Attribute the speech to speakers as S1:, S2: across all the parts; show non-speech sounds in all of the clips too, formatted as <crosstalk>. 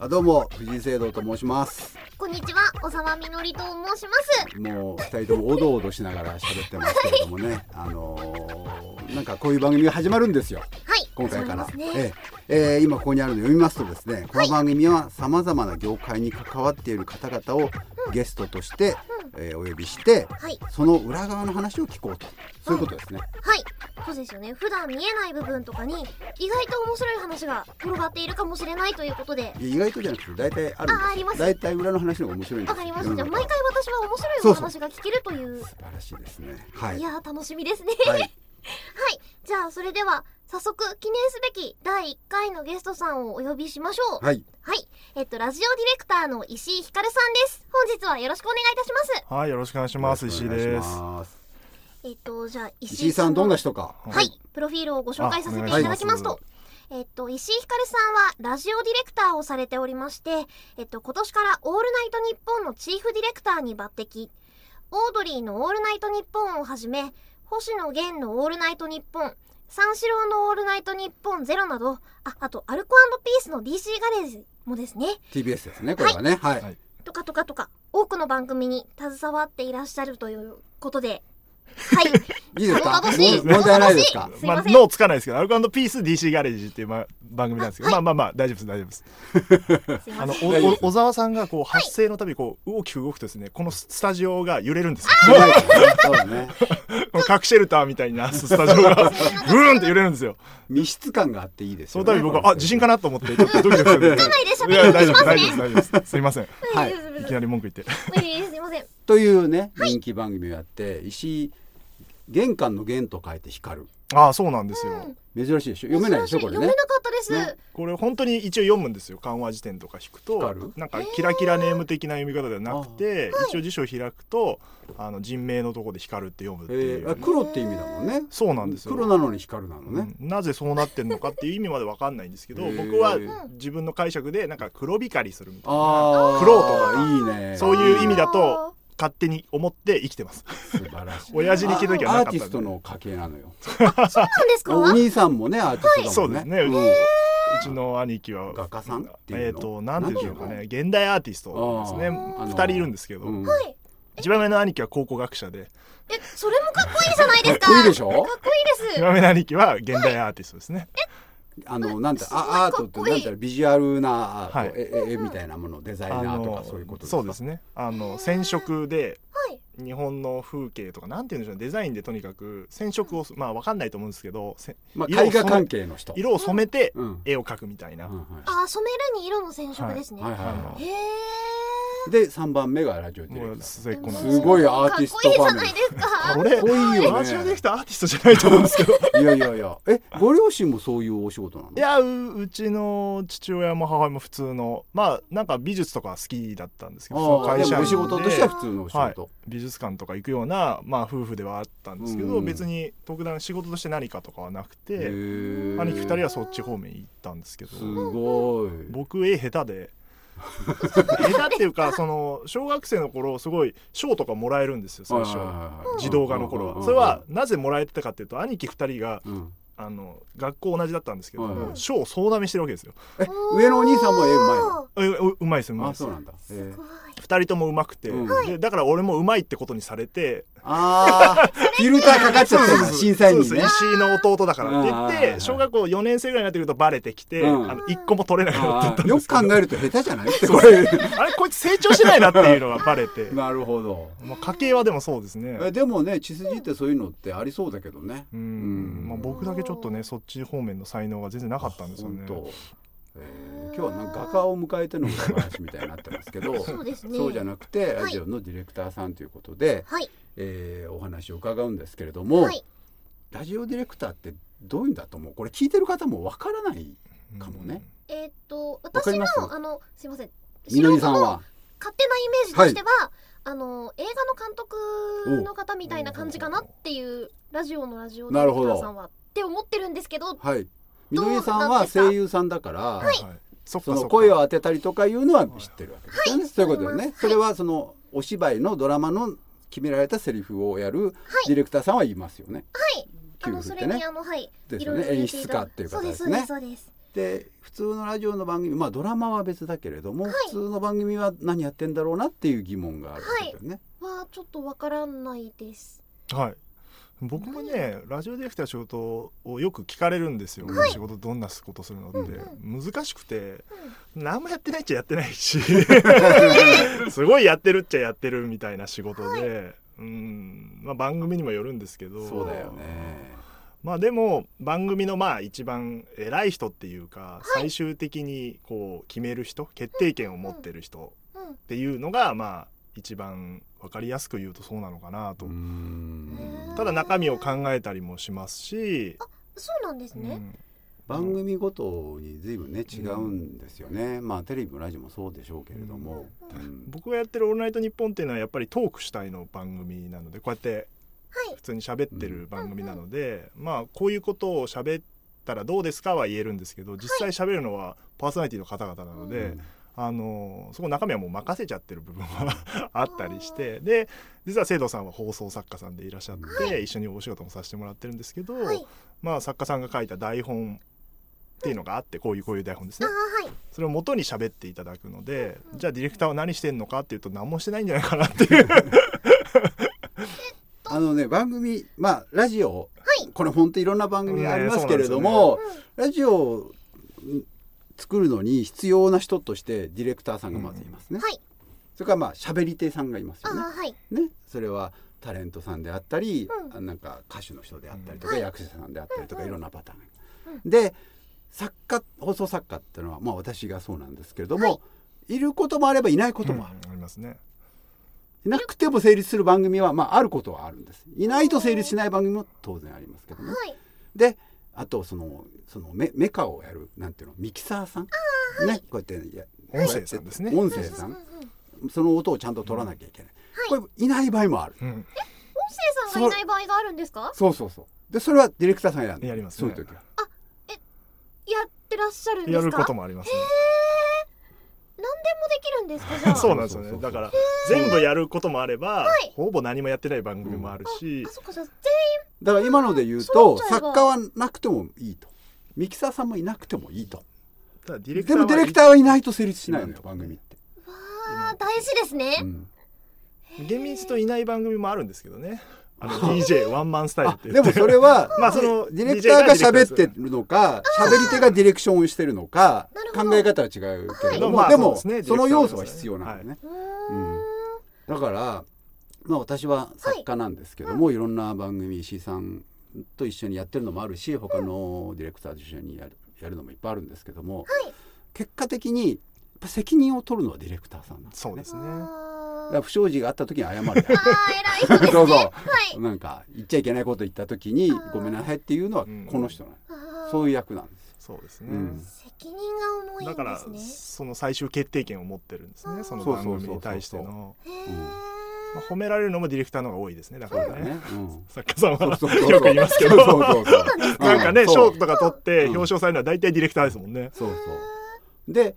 S1: あどうも藤井聖堂と申します
S2: こんにちは、小沢みのりと申します。
S1: もう二人ともおどおどしながら喋ってますけれどもねあのーなんかこういう番組が始まるんですよ
S2: はい、
S1: 今回から、
S2: そうですね。
S1: えええー今ここにあるのを読みますとですねこの番組はさまざまな業界に関わっている方々をゲストとして、えーお呼びして
S2: はい、
S1: その裏側の話を聞こうとそういうことですね、
S2: はい、そうですよね。普段見えない部分とかに、意外と面白い話が転がっているかもしれないということで。
S1: いや意外とじゃなくて大体あるんです
S2: ああります
S1: 大体裏の話の方が面白いんで
S2: わ
S1: す
S2: かりま
S1: 世
S2: し
S1: の
S2: た。じゃあ
S1: 中は
S2: 毎回私は面白い
S1: そ
S2: お
S1: うそう
S2: 話が聞けるという。
S1: 素晴らしいですねはい
S2: いやー、楽しみですね。
S1: は
S2: はい
S1: い、
S2: じゃあそれでは、早速記念すべき第1回のゲストさんをお呼びしましょう。
S1: はい、
S2: はい、えっと、ラジオディレクターの石井ひかるさんです。本日はよろしくお願いいたします。
S3: はい、よろしくお願いします。石井です。
S1: す
S2: えっと、じゃあ石井
S1: 石井さんどん
S2: な
S1: な人か
S3: はい
S2: はい、プロフィールをご紹介させていただきます
S3: あ
S2: と
S3: お願いし。
S2: えっと、石井ひかるさんはラジオディレクターをされておりまして、えっと、今年からオールナイトニッポンのチーフディレクターに抜擢。オードリーのオールナイトニッポンをはじめ、星野源のオールナイトニッポン、三四郎のオールナイトニッポンゼロなど、あ、あと、アルコピースの DC ガレージもですね、
S1: TBS ですねこれはねはい、
S3: はい
S2: とかとかとか、多くの番組に携わっていらっしゃるということで、はい。
S1: <laughs> いいですか
S2: 楽しい
S1: 問題ないですか
S2: 楽しすい
S3: ま
S2: ま
S3: あ、
S2: せん
S3: ノーつかないですけど、アルコピース DC ガレージっていう、まあ、番組なんですけど、まあまあまあ、大丈夫です、大丈夫です。
S2: すい
S3: あ
S2: ません
S3: の、
S1: 大丈夫
S3: おお小沢さんが、こう、発声のたび、こう、大きく動くとですね、このスタジオが揺れる
S2: <laughs>
S3: んですよ。
S1: はいそうだね
S3: この核シェルターみたいなスタジオ
S2: <laughs>
S3: が、ブーンって揺れるんですよ。
S1: 密室感があっていいです
S3: そ
S1: よ
S3: の
S1: ね
S3: 度僕は、あ、地震かなと思って、ちょっとドキドキするんで。
S2: か
S3: <laughs> い
S2: なり喋り
S3: や、
S2: 出し
S3: 大丈
S2: ます
S3: 夫、
S2: ね
S3: 大丈夫、大丈夫です。すいません。
S1: はい
S3: いきなり文句言って。
S2: えーすいません。
S1: というね人気番組があって石井玄関の玄と書いて光る
S3: ああ、そうなんです
S2: う
S3: よ
S2: ん。
S1: 珍しいで <laughs> しょ読めないでしょこれ
S2: 読
S1: ね
S2: めなかったです。
S1: ね
S3: これ本当に一応読むんですよ漢和辞典とか引くと
S1: 光る
S3: なんかキラキラネーム的な読み方ではなくて、一応辞書を開くとあの人名のとこで光るって読むってい
S1: え
S3: う、
S1: ーあ黒って意味だもんね
S3: そうなんですよ
S1: 黒なのに光るなのね、
S3: うんなぜそうなってんのかっていう意味までわかんないんですけど
S1: へー
S3: 僕は自分の解釈でなんか黒光りするみたい
S1: ああ
S3: 黒と
S1: かいいね
S3: なそういう意味だ
S2: あー
S3: と勝手に思って生きてます
S1: 素晴らしい
S3: 親父に聞いた時は
S1: ア
S3: な
S1: ー
S3: か
S1: テ
S3: っ
S1: ィス
S3: たんで
S1: トの家系なのよ
S2: なんですか。
S1: お兄さんもねアーティス
S3: そ
S1: ト
S3: うで
S1: だ
S3: す
S1: もん
S3: ね、
S1: ね
S3: う
S1: うん
S3: ちの兄貴は
S1: 画家さんっていうの
S3: えっ、となんていうんでしょうか
S1: な
S3: ね現代アーティストですね
S1: あーあの
S3: 2人いるんですけど、
S1: うん
S2: はい。
S3: 一番上の兄貴は考古学者で
S2: え、それもかっこいいじゃないですか。
S1: かっこいいでしょ
S2: かっこいいで
S3: <laughs> 一
S2: す。
S3: 番上の兄貴は現代アーティストで
S1: <laughs>
S3: すね、
S1: あのなんて
S2: すごい
S1: あアー
S2: か
S1: ト
S2: っ
S1: っ
S2: こ
S1: て
S2: いい
S1: なんてビジュアルなアー
S3: はい
S1: トえ絵みたいなものデザイナ
S3: あ
S1: ーと
S3: の
S1: かそういうことですか
S3: そうですねあの染色で
S2: はい。
S3: 日本の風景とかなんて言うんでしょうねデザインでとにかく染色をまあわかんないと思うんですけどせ
S1: まあ
S3: 色を
S1: 絵画
S3: 染め
S1: 関係の人
S3: 色を染めて
S1: うん
S3: 絵を描くみたいな、
S1: うんはい
S2: あー、染めるに色の染色ですね。
S1: はいはい
S3: あ
S1: は
S3: の
S2: へえ。
S1: いで三番目がラジオディレク
S3: もう
S1: ター
S3: 末っ子なん
S1: す
S3: で
S2: でも
S1: ごいアーティストファミリ
S2: かっこいいじゃないですか。
S3: これ
S1: こいいよね
S3: ラジオディレクターアーティストじゃないと思うんですけ <laughs> ど
S1: いやいやいやえご両親もそういうお仕事なの
S3: いやううちの父親も母親も普通のまあなんか美術とか好きだったんですけどその
S1: ああ
S3: 会
S1: で
S3: 社
S1: もお
S3: 員で
S1: 仕事としては普通のお仕
S3: はい
S1: 事、
S3: 美術館とか行くような、まあ、夫婦ではあったんですけ
S1: うん
S3: ど、
S1: うん
S3: 別に特段仕事として何かとかはなく
S1: へ
S3: て
S1: ー
S3: 兄貴2人はそっち方面行ったんですけど
S1: すごい
S3: 僕絵下
S1: <laughs>
S3: 手で下手っていうかその小学生の頃すごい賞とかもらえるんですよ最初
S1: はいはいはいはい
S3: 児童画の頃
S1: うんうんうん
S3: はそれはなぜもらえてたかっていうと兄貴2人が
S1: うん
S3: あの学校同じだったんですけ
S1: はいは
S3: ど
S1: い
S3: 賞を総なめしてるわけですよ
S1: え上のお兄さんも絵うまいの
S3: えううまいですうまい
S1: あ
S3: です
S1: そうなんだへー
S3: 2人ともうまくて、
S1: うん
S3: でだから俺もうまいってことにされて
S1: あーフィルターかかっちゃったんだ審査員に
S3: そう
S1: ね
S3: です石井の弟だからって
S1: あーはい
S3: 言
S1: はい
S3: っ
S1: はい
S3: て小学校4年生ぐらいになってくるとバレてきて、
S1: うん
S3: あの1個も取れなくなって
S1: あ
S3: った
S1: ー
S3: んで
S1: よ
S3: す
S1: く
S3: けど
S1: 考えると下手じゃないってこれ
S3: あれこいつ成長してないなっていうのがバレて、ま
S1: なるほど
S3: あ、家計はでもそうですね
S1: えでもね血筋ってそういうのってありそうだけどね
S3: う
S1: うん
S3: ん、まあ、僕だけちょっとねそっち方面の才能が全然なかったんですよね
S1: 本当えー今日はなんか画家を迎えての裏話みたいになってますけど
S2: そうですね
S1: そうじゃなくて
S2: い
S1: ラジオのディレクターさんということで、
S2: はい。
S1: えーお話を伺うんですけれども、
S2: はい。
S1: ラジオディレクターってどういうんだと思うこれ聞いてる方もわからないかもね、
S2: えーっと、
S1: わか
S2: 私
S1: り
S2: の
S1: ます、
S2: あの、すいません。
S1: みのりさんは
S2: 勝手なイメージとしては、あの映画の監督の方みたいな感じかなっていうラジオのラジオディレクターさんはって思ってるんですけど
S1: はいみのりさん
S2: どうなん
S1: は
S2: ですか
S1: 声優さんだから、
S3: はいそっ
S1: そ
S3: かそっ
S1: の
S3: か
S1: 声を当てたりとかいうのは知ってるわけですよね、
S2: はい
S1: そういうことだよ
S2: は
S1: ね
S2: い
S1: それはそのお芝居のドラマの決められたセリフをやるディレクターさんは言いますよね、
S2: はいあの
S1: 給
S2: そ
S1: 付っ
S2: れ
S1: て
S2: に
S1: ね
S2: あのはい
S1: です
S2: い
S1: よ
S2: ろ
S1: ね
S2: いろ入れていた
S1: 演出家
S2: だ
S1: っていう方です
S2: そう
S1: ね
S2: ですそうです
S1: で普通のラジオの番組まあドラマは別だけれども、
S2: はい
S1: 普通の番組は何やってんだろうなっていう疑問があるんですよね、
S2: そうですはちょっとわからないです
S3: はい。僕もね、ラジオディレクターの仕事をよく聞かれるんですよ。仕事どんなことするのって、難しくて、何もやってないっちゃやってな
S1: <laughs>
S3: いし、すごいやってるっちゃやってるみたいな仕事で、うん、まあ番組にもよるんですけど、
S1: そうだよね
S3: まあでも番組のまあ一番偉い人っていうか、最終的にこう決める人、決定権を持ってる人
S2: うん
S3: っていうのがまあ一番わかりやすく言うとそうなのかなと
S1: うーん
S3: ただ中身を考えたりもしますし、
S2: そうなんです
S3: う
S2: ね、
S3: ん
S1: 番組ごとに随分ね違うんですよね、まあテレビもラジオもそうでしょうけれども、うん
S3: 僕がやってる「オールナイトニッポン」っていうのはやっぱりトーク主体の番組なのでこうやって
S2: はい
S3: 普通に喋ってる番組なので、まあこういうことを喋ったらどうですかは言えるんですけど実際喋るのはパーソナリティの方々なので、
S1: うん
S3: あのそこ中身はもう任せちゃってる部分は <laughs> あったりしてで実は生徒さんは放送作家さんでいらっしゃって、一緒にお仕事もさせてもらってるんですけど、
S2: はい
S3: まあ作家さんが書いた台本っていうのがあってこういうこういう台本です
S2: あ
S3: ね
S2: あはい
S3: それを元に喋っていただくので、
S2: うん
S3: じゃあディレクターは何してんのかっていうと何もしてないんじゃないかなっていう
S1: あのね番組まあラジオ、
S2: はい
S1: これ本当いろんな番組ありますけれども、ラジオをうん作るのに必要な人としてディレクターさんがまずいますね、
S2: はい
S1: それからまあ喋り手さんがいます
S2: あ
S1: よね
S2: あはい
S1: ね、それはタレントさんであったり、
S2: うん
S1: あなんか歌手の人であったりと
S2: うん
S1: か、
S2: はい
S1: 役者さんであったりとか、
S2: うんうん
S1: いろんなパターンがある、
S2: う
S1: で作家放送作家っていうのは、まあ、私がそうなんですけれども、い、ることもあればいないこともある、
S3: ありますね。
S1: いなくても成立する番組は、まあ、あることはあるんですいないと成立しない番組も当然ありますけどね、
S2: はい
S1: であとそのそのメメカをやるなんていうのミキサーさん、ねこうやってや
S3: 音声さんですね
S1: 音声さ
S2: うんうんんうん音
S1: その音をちゃんと取らなきゃいけない、これいない場合もある
S3: うん
S2: 声さんがいない場合があるんですか
S1: そうそうそう。で、それはディレクターさんがやるの
S3: やります
S1: そうい
S3: ね
S1: う時は。
S2: やってらっしゃるんで
S3: や
S2: す
S3: る
S2: か
S3: こともありますね。
S2: 何でもできるんですかじゃあ
S3: <laughs> そうなんですよ
S1: そ
S3: ね。
S1: うそうそう
S3: だから全部やることもあれば、
S2: い
S3: ほぼ何もやってない番組もあるし
S2: あ、そっかじゃあ
S1: だから今ので言う
S2: そう
S1: と、
S2: なっちゃえば
S1: 作家はなくてもいいと。ミキサーさんもいなくてもいいと。
S3: ただディレク
S1: で
S3: ター
S1: も
S3: は
S1: ディレクターはいないと成立しないのよ、番組って。
S2: 全員わあ大事ですね、
S1: うん
S3: 厳密に言うといない番組もあるんですけど
S1: <laughs>
S3: ね。あの DJ ワンマンスタイルっ
S1: あ
S3: て言って
S1: でもそれ <laughs> は
S3: まあその
S1: ディレクターが喋ってるのか喋り手がディレクションをしてるのか
S2: なるほど
S1: 考え方は違うけれども、
S3: はい
S1: で
S3: まあ
S1: も
S3: そ
S1: そう
S3: ですね
S1: の要素は必要なんだよね、
S2: うー
S1: うん
S2: ん
S1: だから、まあ、私は作家なんですけども、いろんな番組石井さんと一緒にやってるのもあるし他のディレクターと一緒にやるやるのもいっぱいあるんですけども、
S2: い
S1: 結果的にやっぱ責任を取るのはディレクターさんなんです
S3: そ
S1: よ
S3: う
S1: ね。
S3: ですね。
S1: だ
S2: あ
S1: か
S2: ー
S1: ら不祥事があった時に謝る <laughs>
S2: あー偉い人ですね
S1: どうぞ
S2: はい
S1: なんか言っちゃいけないこと言った時に
S2: ー
S1: ごめんなさいっていうのは
S3: うん
S1: この人なの、
S2: あー
S1: そういう役なんです。
S3: そうです
S1: う
S3: ね
S1: ん。
S2: 責任が重いん
S3: だか
S2: で
S3: ら
S2: すね
S3: その最終決定権を持ってるんです
S2: あー
S3: ね。その
S1: そうそう
S3: 番
S1: そうそう
S3: 組に対しての。
S2: へえ、
S1: うん
S3: まあ褒められるのもディレクターの方が多いですね。だか
S1: そうだ
S3: らね
S1: ね。。うん
S3: 作家さん
S1: そう
S3: は
S1: そうそう
S3: よく言いますけ
S1: そう
S3: ど。
S1: そうそうそう
S3: なんかね、
S1: う
S3: 賞とか取って
S1: うん
S3: 表彰されるのは大体ディレクターですもんね。
S1: そうそう。で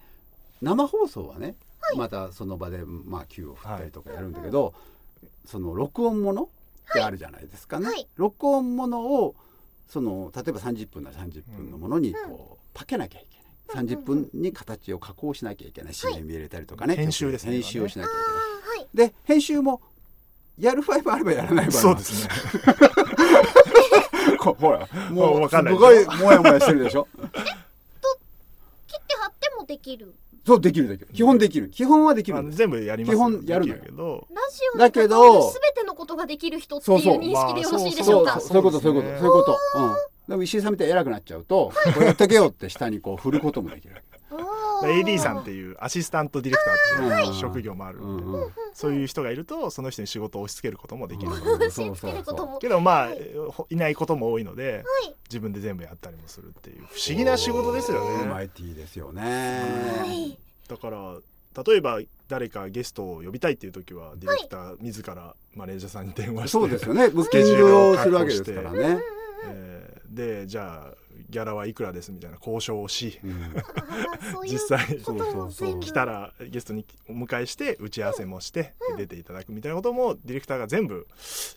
S1: 生放送はね、またその場でまあ球を振ったりとかやるんだけど、その録音ものってあるじゃないですかね。
S2: はい
S1: 録音ものをその例えば30分なら30分のものにこう、パケなきゃいけない。30分に形を加工しなきゃいけない CM 入れたりとかね、
S3: 編集ですね
S1: 編集をしなきゃい
S2: あーはい
S1: けないで編集もやる場合もあればやらない場合も
S3: そ
S1: あ
S3: う
S1: る
S3: ですね。
S1: こほらも
S3: もう
S1: う
S3: わかんない
S1: すごいモヤモヤしてるでしょ <laughs>
S2: 切って貼ってもできる
S1: そうできるできる基本できる基本はできる
S3: あ
S1: ん
S3: の
S1: です
S3: 全部やり <laughs> ます
S1: 基本やるのよ
S3: できけど。
S2: ラジオ
S1: だ
S2: だ
S1: け
S2: け
S1: ど
S2: ど全てのことができる人ってい
S1: そううそう
S2: 認識でよろしいでしょ
S1: そうう
S2: か
S1: そういうことそういうこと
S3: そうですね
S1: そういうこと、うん、でも石井さんみたいに偉くなっちゃうとこれやっとけよって下にこう振ることもできる、
S2: おー
S3: AD さんっていうアシスタントディレクターっていう職業もある
S1: うん
S3: ので、
S1: うん、
S3: そういう人がいるとその人に仕事を押し付けることもできる。
S1: うん
S2: 教えつけることも
S3: けどまあいないことも多いので
S2: はい
S3: 自分で全部やったりもするっていう不思議な仕事ですよ
S1: マ
S3: ね。
S1: イティーですよね、
S2: はい
S3: だから例えば誰かゲストを呼びたいっていう時はディレクター自らマネージャーさんに電話して、
S1: そうですよねブッキン
S3: ケジュー
S1: グ
S3: ルを
S1: をす
S3: 確
S1: るわ
S3: 保
S1: けで
S3: して
S1: すからね
S3: えーでじゃあギャラはいくらですみたいな交渉をし、
S1: うん
S2: そういう
S3: 実際
S2: ことも全部
S3: 来たらゲストにお迎えして打ち合わせもして出ていただくみたいなこともディレクターが全部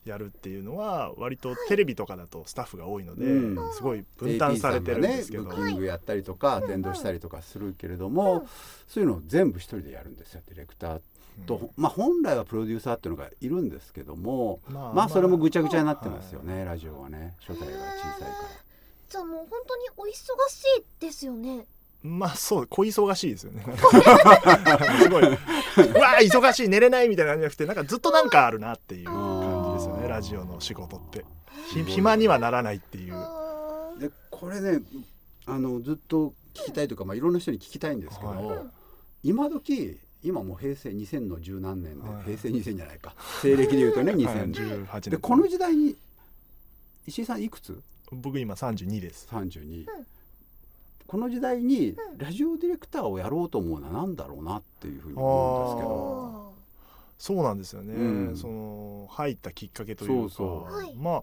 S3: やるっていうのは割とテレビとかだとスタッフが多いので
S1: うん
S3: すごい分担されてるんですけど
S1: ね、ブッキングやったりとか、伝道したりとかするけれども、そういうのを全部一人でやるんですよディレクターと、まあ、本来はプロデューサーっていうのがいるんですけども、
S3: ま
S1: ま
S3: あ
S1: あ、それもぐちゃぐちゃになってますよね、ラジオはね初代が小さいから。
S2: じゃあもう本当にお忙しいですよね
S3: まあそう小忙しいですよねすごいうわー忙しい寝れないみたいな感じじゃなくてなんかずっとなんかあるなっていう感じですよねラジオの仕事ってひ暇にはならないっていう
S2: あー
S1: でこれねあのずっと聞きたいというか、まあ、いろんな人に聞きたいんですけど、
S3: は
S1: 今時今もう平成2000の十何年で、
S3: はい
S1: 平成2000じゃないか西暦で言う
S3: <laughs>
S1: とね2000で
S3: 2018年
S1: でこの時代に石井さんいくつ
S3: 僕今32です
S1: ?32、この時代にラジオディレクターをやろうと思うのは何だろうなっていうふうに思
S2: あ
S3: そうなんですよね、
S1: うん
S3: その入ったきっかけというか
S1: そう
S2: そうはい
S3: まあ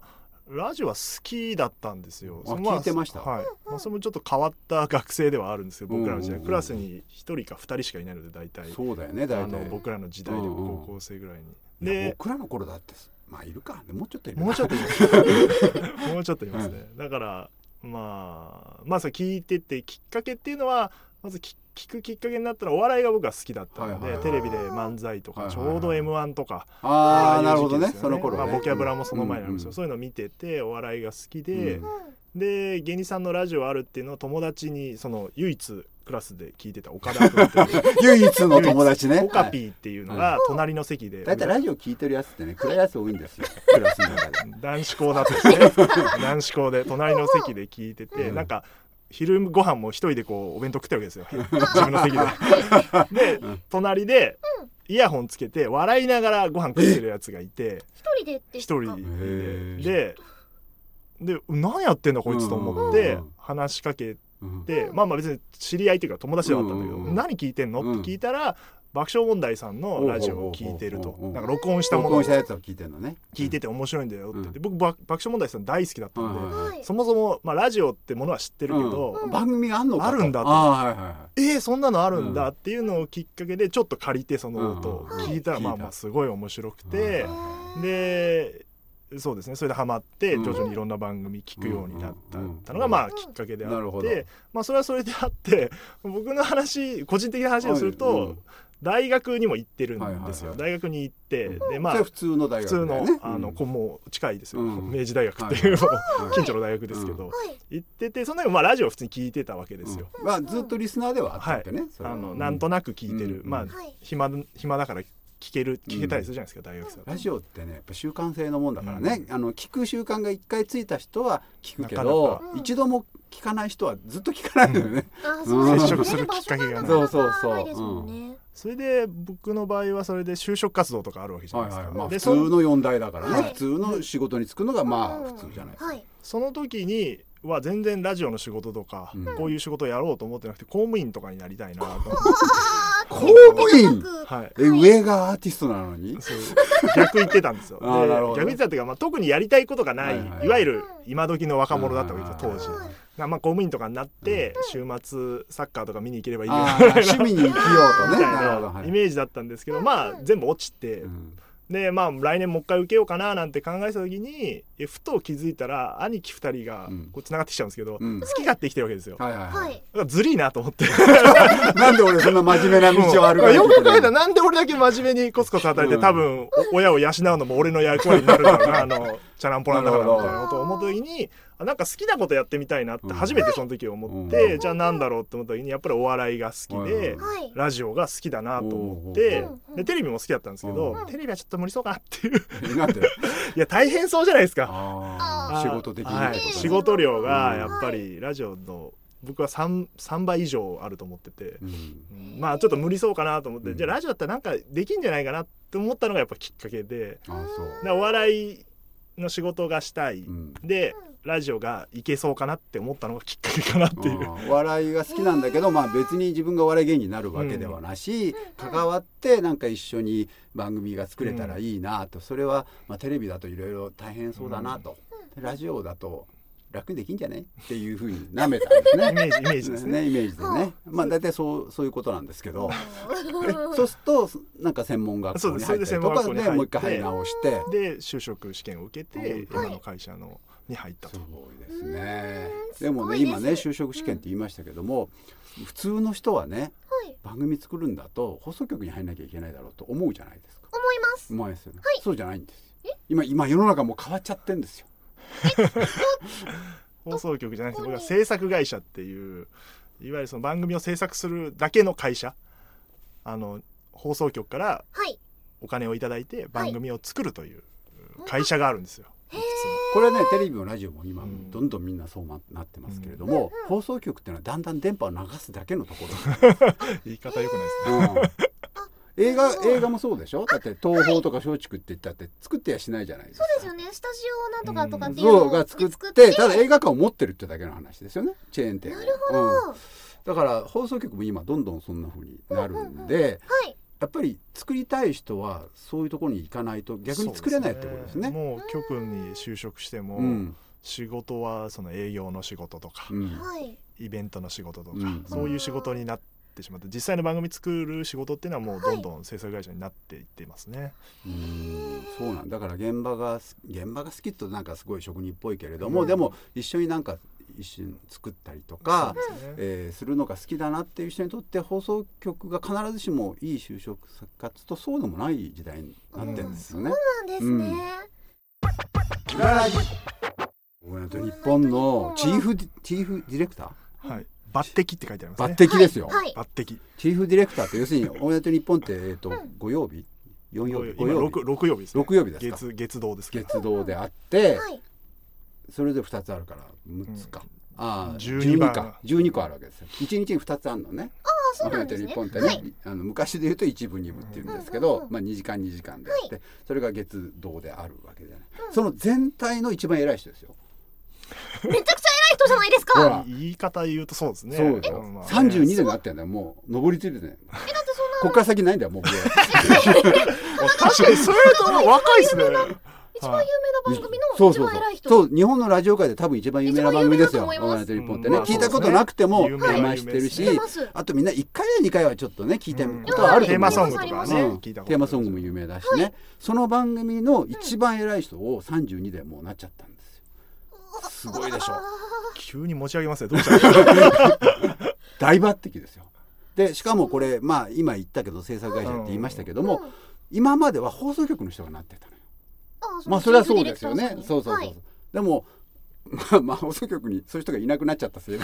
S3: ラジオは好きだったんですよ。
S1: あ
S3: そのまあ
S1: 聞いてました
S3: はい。まあそれもちょっと変わった学生ではあるんですけど、僕らの
S1: う
S3: 時
S1: んうん
S3: 代
S1: うん
S3: クラスに一人か二人しかいないので大
S1: うん
S3: 体
S1: ですけどそうだよね
S3: あ
S1: 大
S3: の
S1: 体
S3: 僕らの時代で
S1: うんうん
S3: 高校生ぐらいに。
S1: いや
S3: で
S1: 僕らの頃だってまあいるかもうちょっといる
S3: もうちょっといます
S1: <laughs>
S3: ねもうちょっといますね。だからまあまず聞いててきっかけっていうのはまずき聞くきっかけになったらお笑いが僕は好きだったの
S1: はい
S3: で
S1: はい
S3: テレビで漫才と
S1: は
S3: か
S1: い
S3: ち
S1: はいはい
S3: ょうど m 1とか
S1: ああ
S3: いう
S1: なるほ
S3: 時
S1: ど
S3: 期
S1: ね
S3: ですよ
S1: その頃ね、
S3: まあ、ボキャブラもその前なんですよ、
S1: うん
S3: そういうの見ててお笑いが好きで、
S1: うん
S2: ーうん
S3: で芸人さんのラジオあるっていうのを友達にその唯一クラスで聞いてた岡田君っ
S1: <laughs>
S3: ていう
S1: 唯一の友達
S3: <laughs>
S1: ね
S3: オカピーっていうの
S1: は
S3: が隣の席で、
S1: 大体ラジオ聞いてるやつってね暗いやつ多いん
S3: <laughs>
S1: ですよクラスの中で。
S3: 男子校だったんですね
S1: <laughs>
S3: 男子校で隣の席で聞いてて、
S1: うん
S3: なんか昼ご飯も一人でこうお弁当食ってるわけですよ自分の席で。で隣でイヤホンつけて笑いながらご飯食ってるやつがいて
S2: 一人でって
S3: 一
S2: 人
S3: 人
S1: へ
S3: ででで何やってんだこいつと思っ
S1: う
S3: て
S1: ん
S3: 話しかけ
S1: うん
S3: てまあまあ別に知り合いというか友達だったんだけど
S1: うん
S3: 何聞いてんのって聞いたら爆笑問題さんのラジオを聞いてると
S1: うん
S3: なんか録音したも
S1: 録
S3: のを
S1: 音したやつを聞いてるのね。
S3: 聞いてて面白いんだよって言って
S1: う
S3: 僕ば爆笑問題さん大好きだった
S1: うんん
S3: で
S2: はい
S3: そもそもまあラジオってものは知ってるけ
S2: う
S3: ど
S2: ん
S1: 番組があんのかと
S3: あるんだと
S1: あーはいはいは
S3: えーそんなのあるん
S1: うん
S3: だっていうのをきっかけでちょっと借りてその音を
S1: うん
S3: 聞いた
S1: は
S3: ら
S1: い
S3: まあまあすごい面白く
S1: う
S3: て
S1: ん
S3: でそうですねそれでハマって
S1: うん
S3: 徐々にいろんな番組聞くようになった
S1: うん
S3: たのがま
S2: う
S3: あ
S2: ん
S3: きっかけであ
S1: なる
S3: っ
S1: ほど
S3: てまあそれはそれであって <laughs> 僕の話個人的な話をする
S1: はいうん
S3: と大学にも行ってるんです
S1: は
S3: よ
S1: いは
S3: 大学に行ってで
S1: い。
S3: ま
S1: それ
S3: あ
S1: 普通の大
S3: 普
S1: 学
S3: 通
S1: だよ
S3: の
S1: ね
S3: あの
S1: うん
S3: こうもう近いですよ
S1: うん
S3: 明治大学っていうも
S1: は
S3: う
S1: い
S3: <laughs> 近所の大学ですけど
S2: はい
S3: 行っててその時もまあラジオ普通に聞いてたわけですよ。
S1: うんまあずっとリスナーではあったわけね。それは
S3: あのなんとなく聞いてる、
S1: うんう
S3: まあ
S1: ん
S2: はい
S3: 暇暇だから聞ける聞けたりするじゃないですか、大学生だと
S1: ラジオってねやっぱ習慣性のもんだからね、あの聞く習慣が一回ついた人は聞くけど
S3: なか
S2: なか
S1: 一度も聞かない人はずっと聞かないのよ <laughs> ね。
S2: あーそうですね
S1: 接触
S3: するきっかけがない
S2: 場所なかなかないですもんね
S3: それで僕の場合はそれで就職活動とかあるわけじゃない
S1: はい
S3: で
S1: は
S3: すか、
S1: いまあ、
S3: で
S1: 普通
S3: その
S1: の四大だからね、
S2: はい
S1: 普通の仕事に就くのがまあ
S2: うん
S1: 普通じゃないですか。
S2: はい
S3: その時には全然ラジオの仕事とか、
S1: うん
S3: こういう仕事をやろうと思ってなくて公務員とかになりたいなと思って、
S1: 公務員
S3: はい、
S1: え上がアーティストなのに
S3: そう逆言ってたんですよ
S1: あー
S3: で
S1: なるほど
S3: 逆言ってたっていうか、まあ、特にやりたいことがない、
S1: はい
S3: い
S1: はい
S3: わゆる今時の若者だったわけですよ
S1: うん
S3: 当時、
S2: はいはい
S3: なまあ、公務員とかになって、週末サッカーとか見に行ければいいよ <laughs>
S1: あー趣味に生きようと
S3: み
S1: ね。
S3: たい
S1: なるほど。は
S3: ないイメージだったんですけど、まあ全部落ちて、
S1: うん
S3: でまあ来年もう一回受けようかななんて考えてた時にえふと気づいたら兄貴二人が
S1: うん
S3: こうつながってきちゃうんですけど、
S1: うん
S3: 好き勝手生きてるわけですよ。だ
S1: はいはい
S2: は
S1: はいい。
S3: からずりいなと思って
S1: なんで俺そんな真面目な道を歩かなきゃいけない
S3: よ
S1: の
S3: く考えたらなんで俺だけ真面目にコツコツ働いて、
S1: うん
S3: 多分お親を養うのも俺の役割になるか
S1: <laughs>
S3: らなあのチャランポランだから
S1: なる
S3: み
S1: ほど
S3: たいなことを思った時にあなんか好きなことやってみたいなって初めてその時思って、
S1: うん
S3: じゃあなんだろうって思った時にやっぱりお笑いが好きで。
S1: うん
S2: はい
S3: ラジオが好きだなと思って
S2: うんうん
S3: でテレビも好きだったんですけど
S1: うん
S3: テレビはちょっと無理そうかなってい
S1: <laughs>
S3: う
S1: なんで
S3: いや大変そうじゃないですか
S1: あ
S3: <laughs> あ
S1: ー仕事的にって
S3: は
S1: こと
S3: い
S1: ね
S3: 仕事量がやっぱりラジオの僕は 3, 3倍以上あると思ってて、
S1: うん
S3: うんまあちょっと無理そうかなと思って、
S1: うん
S3: じゃあラジオだったらなんかできんじゃないかなって思ったのがやっぱきっかけで
S1: あーそう
S3: でお笑いの仕事がしたい、
S1: うん
S3: でラジオがいけそうかなって思ったのがきっかけかなっていう
S1: あ。ー笑いが好きなんだけど、まあ、別に自分がお笑い芸人になるわけではなし、関わってなんか一緒に番組が作れたらいいなと、それは、まあ、テレビだといろいろ大変そうだなと、でラジオだと楽にできんじゃねっていうふうになめたんですね。
S3: イメージイメージですね。
S1: ねイメージで
S2: はあ
S1: ね。まあ大体そうそういうことなんですけど、
S2: うん
S1: そうするとなんか専門学校に入ったりとか
S3: そうですそれで専門学校に
S1: で
S3: 入って
S1: もう一回入り直して。
S3: で就職試験を受けて
S1: はい
S3: 今の会社のに入った
S1: す
S3: と。
S1: ごいですね
S2: うーん。す
S1: でも
S2: ご
S1: ね
S2: いです
S1: 今ね就職試験って言いましたけども、普通の人はね
S2: はい
S1: 番組作るんだと放送局に入らなきゃいけないだろうと思うじゃないですか。
S2: 思います
S1: うまいですよね。
S2: はい
S1: そうじゃないんですよ。今今世の中もう変わっちゃってんですよ。
S3: 放送局じゃなくて
S2: ど
S3: 僕
S2: こに
S3: は制作会社っていういわゆるその番組を制作するだけの会社あの放送局から
S2: はい
S3: お金をいただいて番組を作るという会社があるんですよ。いく
S1: これねテレビもラジオも今
S3: うん
S1: どんどんみんなそうまなってますけれども、放送局ってのはだんだん電波を流すだけのとこ
S3: つも言い方よくないですね。
S1: ろ、うん、映画映画もそうでしょだって東宝とか松竹って言ったって作ってやしないじゃないですか。
S2: そうですよねスタジオなんとかとかっていう
S1: 像
S2: の
S1: が
S2: を
S1: 作って
S2: て
S1: ただ
S2: なる
S1: 映画館を持ってるってだけの話ですよねチェーン店なる
S2: ほど
S1: うん、だから放送局も今どんどんそんな風になるんで、
S2: はい
S1: やっぱり作りたい人はそういうところに行かないと逆に作れないってことですね。
S3: もう局に就職しても、
S1: うん
S3: 仕事はその営業の仕事とか、
S1: うん
S2: はい
S3: イベントの仕事とか、
S1: うん
S3: そういう仕事になってしまって実際の番組作る仕事っていうのはもうどんどん制作会社になっていっていますね。
S1: うんそうなんだから現場が現場が好きってなんかすごい職人っぽいけれども、でも一緒になんか一緒に作ったりとか、
S3: そうですね
S1: えーするのが好きだなっていう人にとって放送局が必ずしもいい就職活とそうでもない時代になってるんですよね。
S2: そうなんですね、
S1: うんごめんなさい日本のチーフディチーフディレクター
S3: はい、抜擢って書いてあります
S1: 抜
S3: ね。
S1: 擢ですよ、
S2: はいはい
S3: 抜擢。
S1: チーフディレクターって要するに「オールナイトニッポン」って、えー、と5曜日4曜日
S3: 今
S1: 5曜
S3: 六
S1: 日
S3: 六曜日です、ね。
S1: 六曜日ですか
S3: 月月堂ですけど。
S1: 月堂であって、
S2: はい
S1: それで2つあるから6つか、ああ
S3: 12
S1: 12
S3: 番
S1: か12個あるわけですよ1日に2つあるのね
S2: あそうなんですね
S1: 日本って
S2: は
S1: ね、
S2: い
S1: あの昔で言うと1部2部っていうんですけ
S2: うんうん
S1: ど
S2: う、ん
S1: まあ、2時間2時間であって、それが月堂であるわけじゃない、その全体の一番偉い人ですよ
S2: めちゃくちゃ偉い人じゃないです
S1: ほ
S2: かえ
S1: ら
S2: だ
S1: あ
S3: 言い方言うとそうですね。
S1: そうだよ、
S3: んまあね
S1: 32年になってんだよもう上りついてて
S2: ってそんな <laughs>
S1: こっ <laughs> から先ないんだよもうこれ
S3: 確かにそれと若いですね。
S2: 一番有名な番組
S1: そ
S2: の
S1: う
S2: 一
S1: そう
S2: 番
S1: そう
S2: 偉い人
S1: そう日本のラジオ界で多分一番有名な番組ですよ「オ
S2: 一番有
S1: ー
S2: 名だと思い
S1: ルナイトニッ
S2: ます
S1: ポン」ってね、
S3: うんまあ
S1: 聞いたことなくても
S3: そうですね
S1: 名前知ってるし、
S2: 有名有名です
S1: あとみんな1回や2回はちょっとね聞いたこと
S2: うん
S1: はあると
S3: テ
S1: 思う
S3: ーマソングと
S2: あ
S3: か
S2: り
S3: ね、
S1: うん
S3: 聞いたこと
S1: テーマソングも有名だしね、その番組の一番偉い人を32でもうなっちゃったんですよすごいでしょ
S3: 急に持ち上げますね。どうしたの
S1: 大抜擢ですよでしかもこれまあ今言ったけど制作会社って言いましたけども、
S2: うん
S1: 今までは放送局の人がなってたのよ
S2: あ
S1: まあそれはそうですよね。そうそうそうそう。
S2: はい
S1: でもまあまあ放送局にそういう人がいなくなっちゃったせいで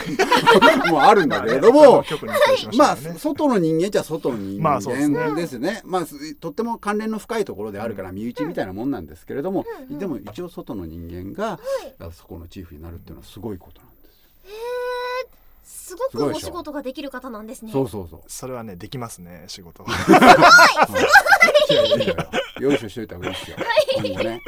S1: <laughs> もうあるんだけれども。
S3: 局に移行しまし
S1: まあ、
S3: たからね。
S1: 外の人間じゃ外の人
S3: まあそうですね
S1: 間ですね。まあ、すとっても関連の深いところであるから、身内みたいなもんなんですけれども、でも一応外の人間が、あそこのチーフになるっていうのはすごいことなんですよ。
S2: すごくお仕事ができる方なんですね
S1: そうそうそ
S3: それはねできますね仕事は。 <laughs>
S1: う。いやいやいやよいしょしといた方がいいですよ。今後ね。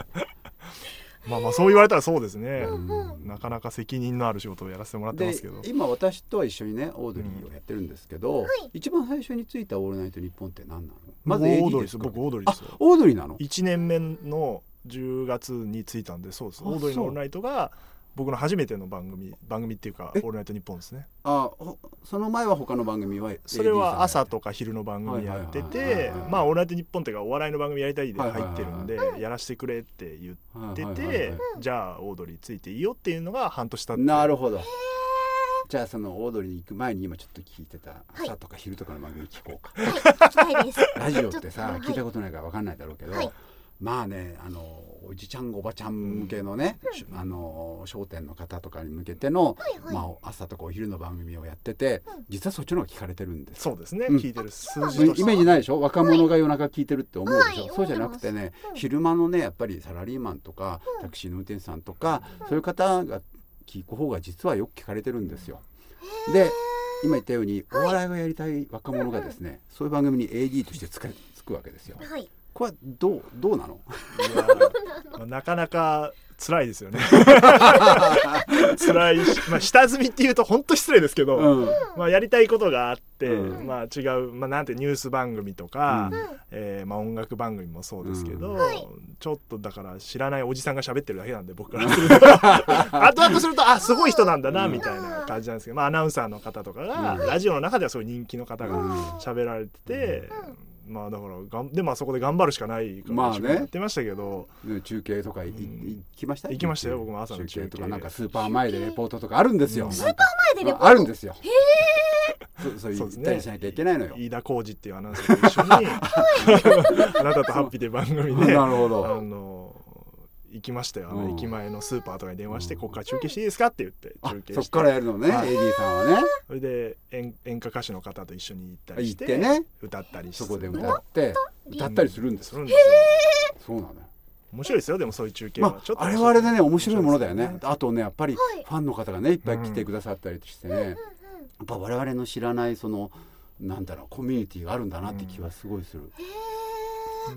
S3: まあまあそう言われたらそうですね、
S1: ん
S3: なかなか責任のある仕事をやらせてもらってますけど
S1: で今私とは一緒にねオードリーをやってるんですけど、
S2: はい
S1: 一番最初についた「オールナイトニッポン」って何なのま
S3: ま
S1: ず
S3: ず
S1: AD ですか
S3: 僕オードリー
S1: あ
S3: ですよ
S1: オードリーなの
S3: 1年目の10月に着いたんでそうです
S1: あ
S3: オードリー
S1: そう
S3: のオールナイトが僕の初めての番組番組っていうか「オ
S1: え
S3: ールナイトニッポン」ですね
S1: あほその前は他の番組は AD
S3: それは
S1: さん
S3: 朝とか昼の番組やって
S1: はいはいはい
S3: て
S1: はいはい
S3: まあ「オールナイトニッポン」っていうかお笑いの番組やりたいで
S1: はいはい
S3: 入
S1: はい
S3: ってるんでやらせてくれって言って
S1: はいはいはい
S3: て
S1: はい
S3: じゃあオードリーついていいよっていうのが半年経って
S1: なるほどじゃあそのオードリーに行く前に今ちょっと聞いてた
S2: い
S1: 朝とか昼とかの番組聞こうか、
S2: 聞きたいです
S1: <laughs> ラジオってさ、聞い
S2: ちょと
S1: たことないから分かんないだろうけど、
S2: はい
S1: まあねあのおじちゃんおばちゃん向けのね、しあの商店の方とかに向けての、
S2: はいはい
S1: まあ、朝とかお昼の番組をやってて、実はそっちの方が聞かれてるんですよ
S3: そうですね
S1: うん
S3: 聞いてる数
S1: イ
S3: 字
S1: メ
S3: として
S1: イメージないでしょ若者が夜中聞いてるって思うでしょ、
S2: はい
S1: そうじゃなくてね、
S2: 思ってます
S1: 昼間のねやっぱりサラリーマンとか、タクシーの運転手さんとか、そういう方が聞く方が実はよく聞かれてるんですよ。で今言ったようにお笑いがやりたい若者がですね、そういう番組に AD としてつくつくわけですよ。
S2: はい
S1: これはどうどうなの
S3: まあなかなか辛いですよね <laughs> 辛いし、まあ、下積みっていうと本当失礼ですけど、
S1: うん
S3: まあ、やりたいことがあって、
S1: うん
S3: まあ、違う、まあ、なんてニュース番組とか、
S1: うん
S3: えーまあ、音楽番組もそうですけ
S1: う
S3: ど、
S1: ん
S2: はい
S3: ちょっとだから知らないおじさんが喋ってるだけなんで僕からすると <laughs> 後々するとあすごい人なんだなみたいな感じなんですけど、まあ、アナウンサーの方とかが、
S1: うん
S3: ラジオの中ではそういう人気の方
S1: うん
S3: が喋られてて、まあだからがんでもあそこで頑張るしかないから
S1: まあね
S3: やってましたけど、
S1: ね中継とかいい
S3: うん
S1: 行きました
S3: 行きましたよ僕も朝の
S1: 中
S3: 中
S1: 継
S3: 継
S1: とかなんかスーパー前でレポートとかあるんですよ
S3: うん
S1: なんか
S3: スー
S2: パ前でレポート
S1: あるんですよへえ <laughs> そう
S3: そ
S1: そう
S3: うです
S1: 言
S3: ね
S1: ったりしなきゃいけないのよ
S3: 飯田浩二っていうアナウンサーと一緒
S1: <laughs>
S3: にあなたとハッピーで番組で
S1: なるほ
S3: あ
S1: ど
S3: の行きましたよあ
S1: う
S3: の
S1: ん
S3: 駅前のスーパーとかに電話して、
S1: うん
S3: ここから中継していいですかって言って
S1: あ
S3: 中継
S1: そ
S3: し
S1: ってからやるのね
S3: はい
S1: AD さんはね
S3: それで演演歌歌手の方と一緒に行ったり
S1: 行
S3: し
S1: っててね
S3: 歌ったりして
S1: そこで歌って歌ったりするんです
S3: す
S1: よ
S3: るんです
S1: そ
S3: よ
S1: うなのよ
S3: 面白いですよでもそういう中継は、
S1: まあ、あれはあれでね面白いものだよねあとねやっぱり
S2: はい
S1: ファンの方がねいっぱい来てくださったりしてね、やっぱ我々の知らないそのなんだろうコミュニティがあるんだなって気はすごいする、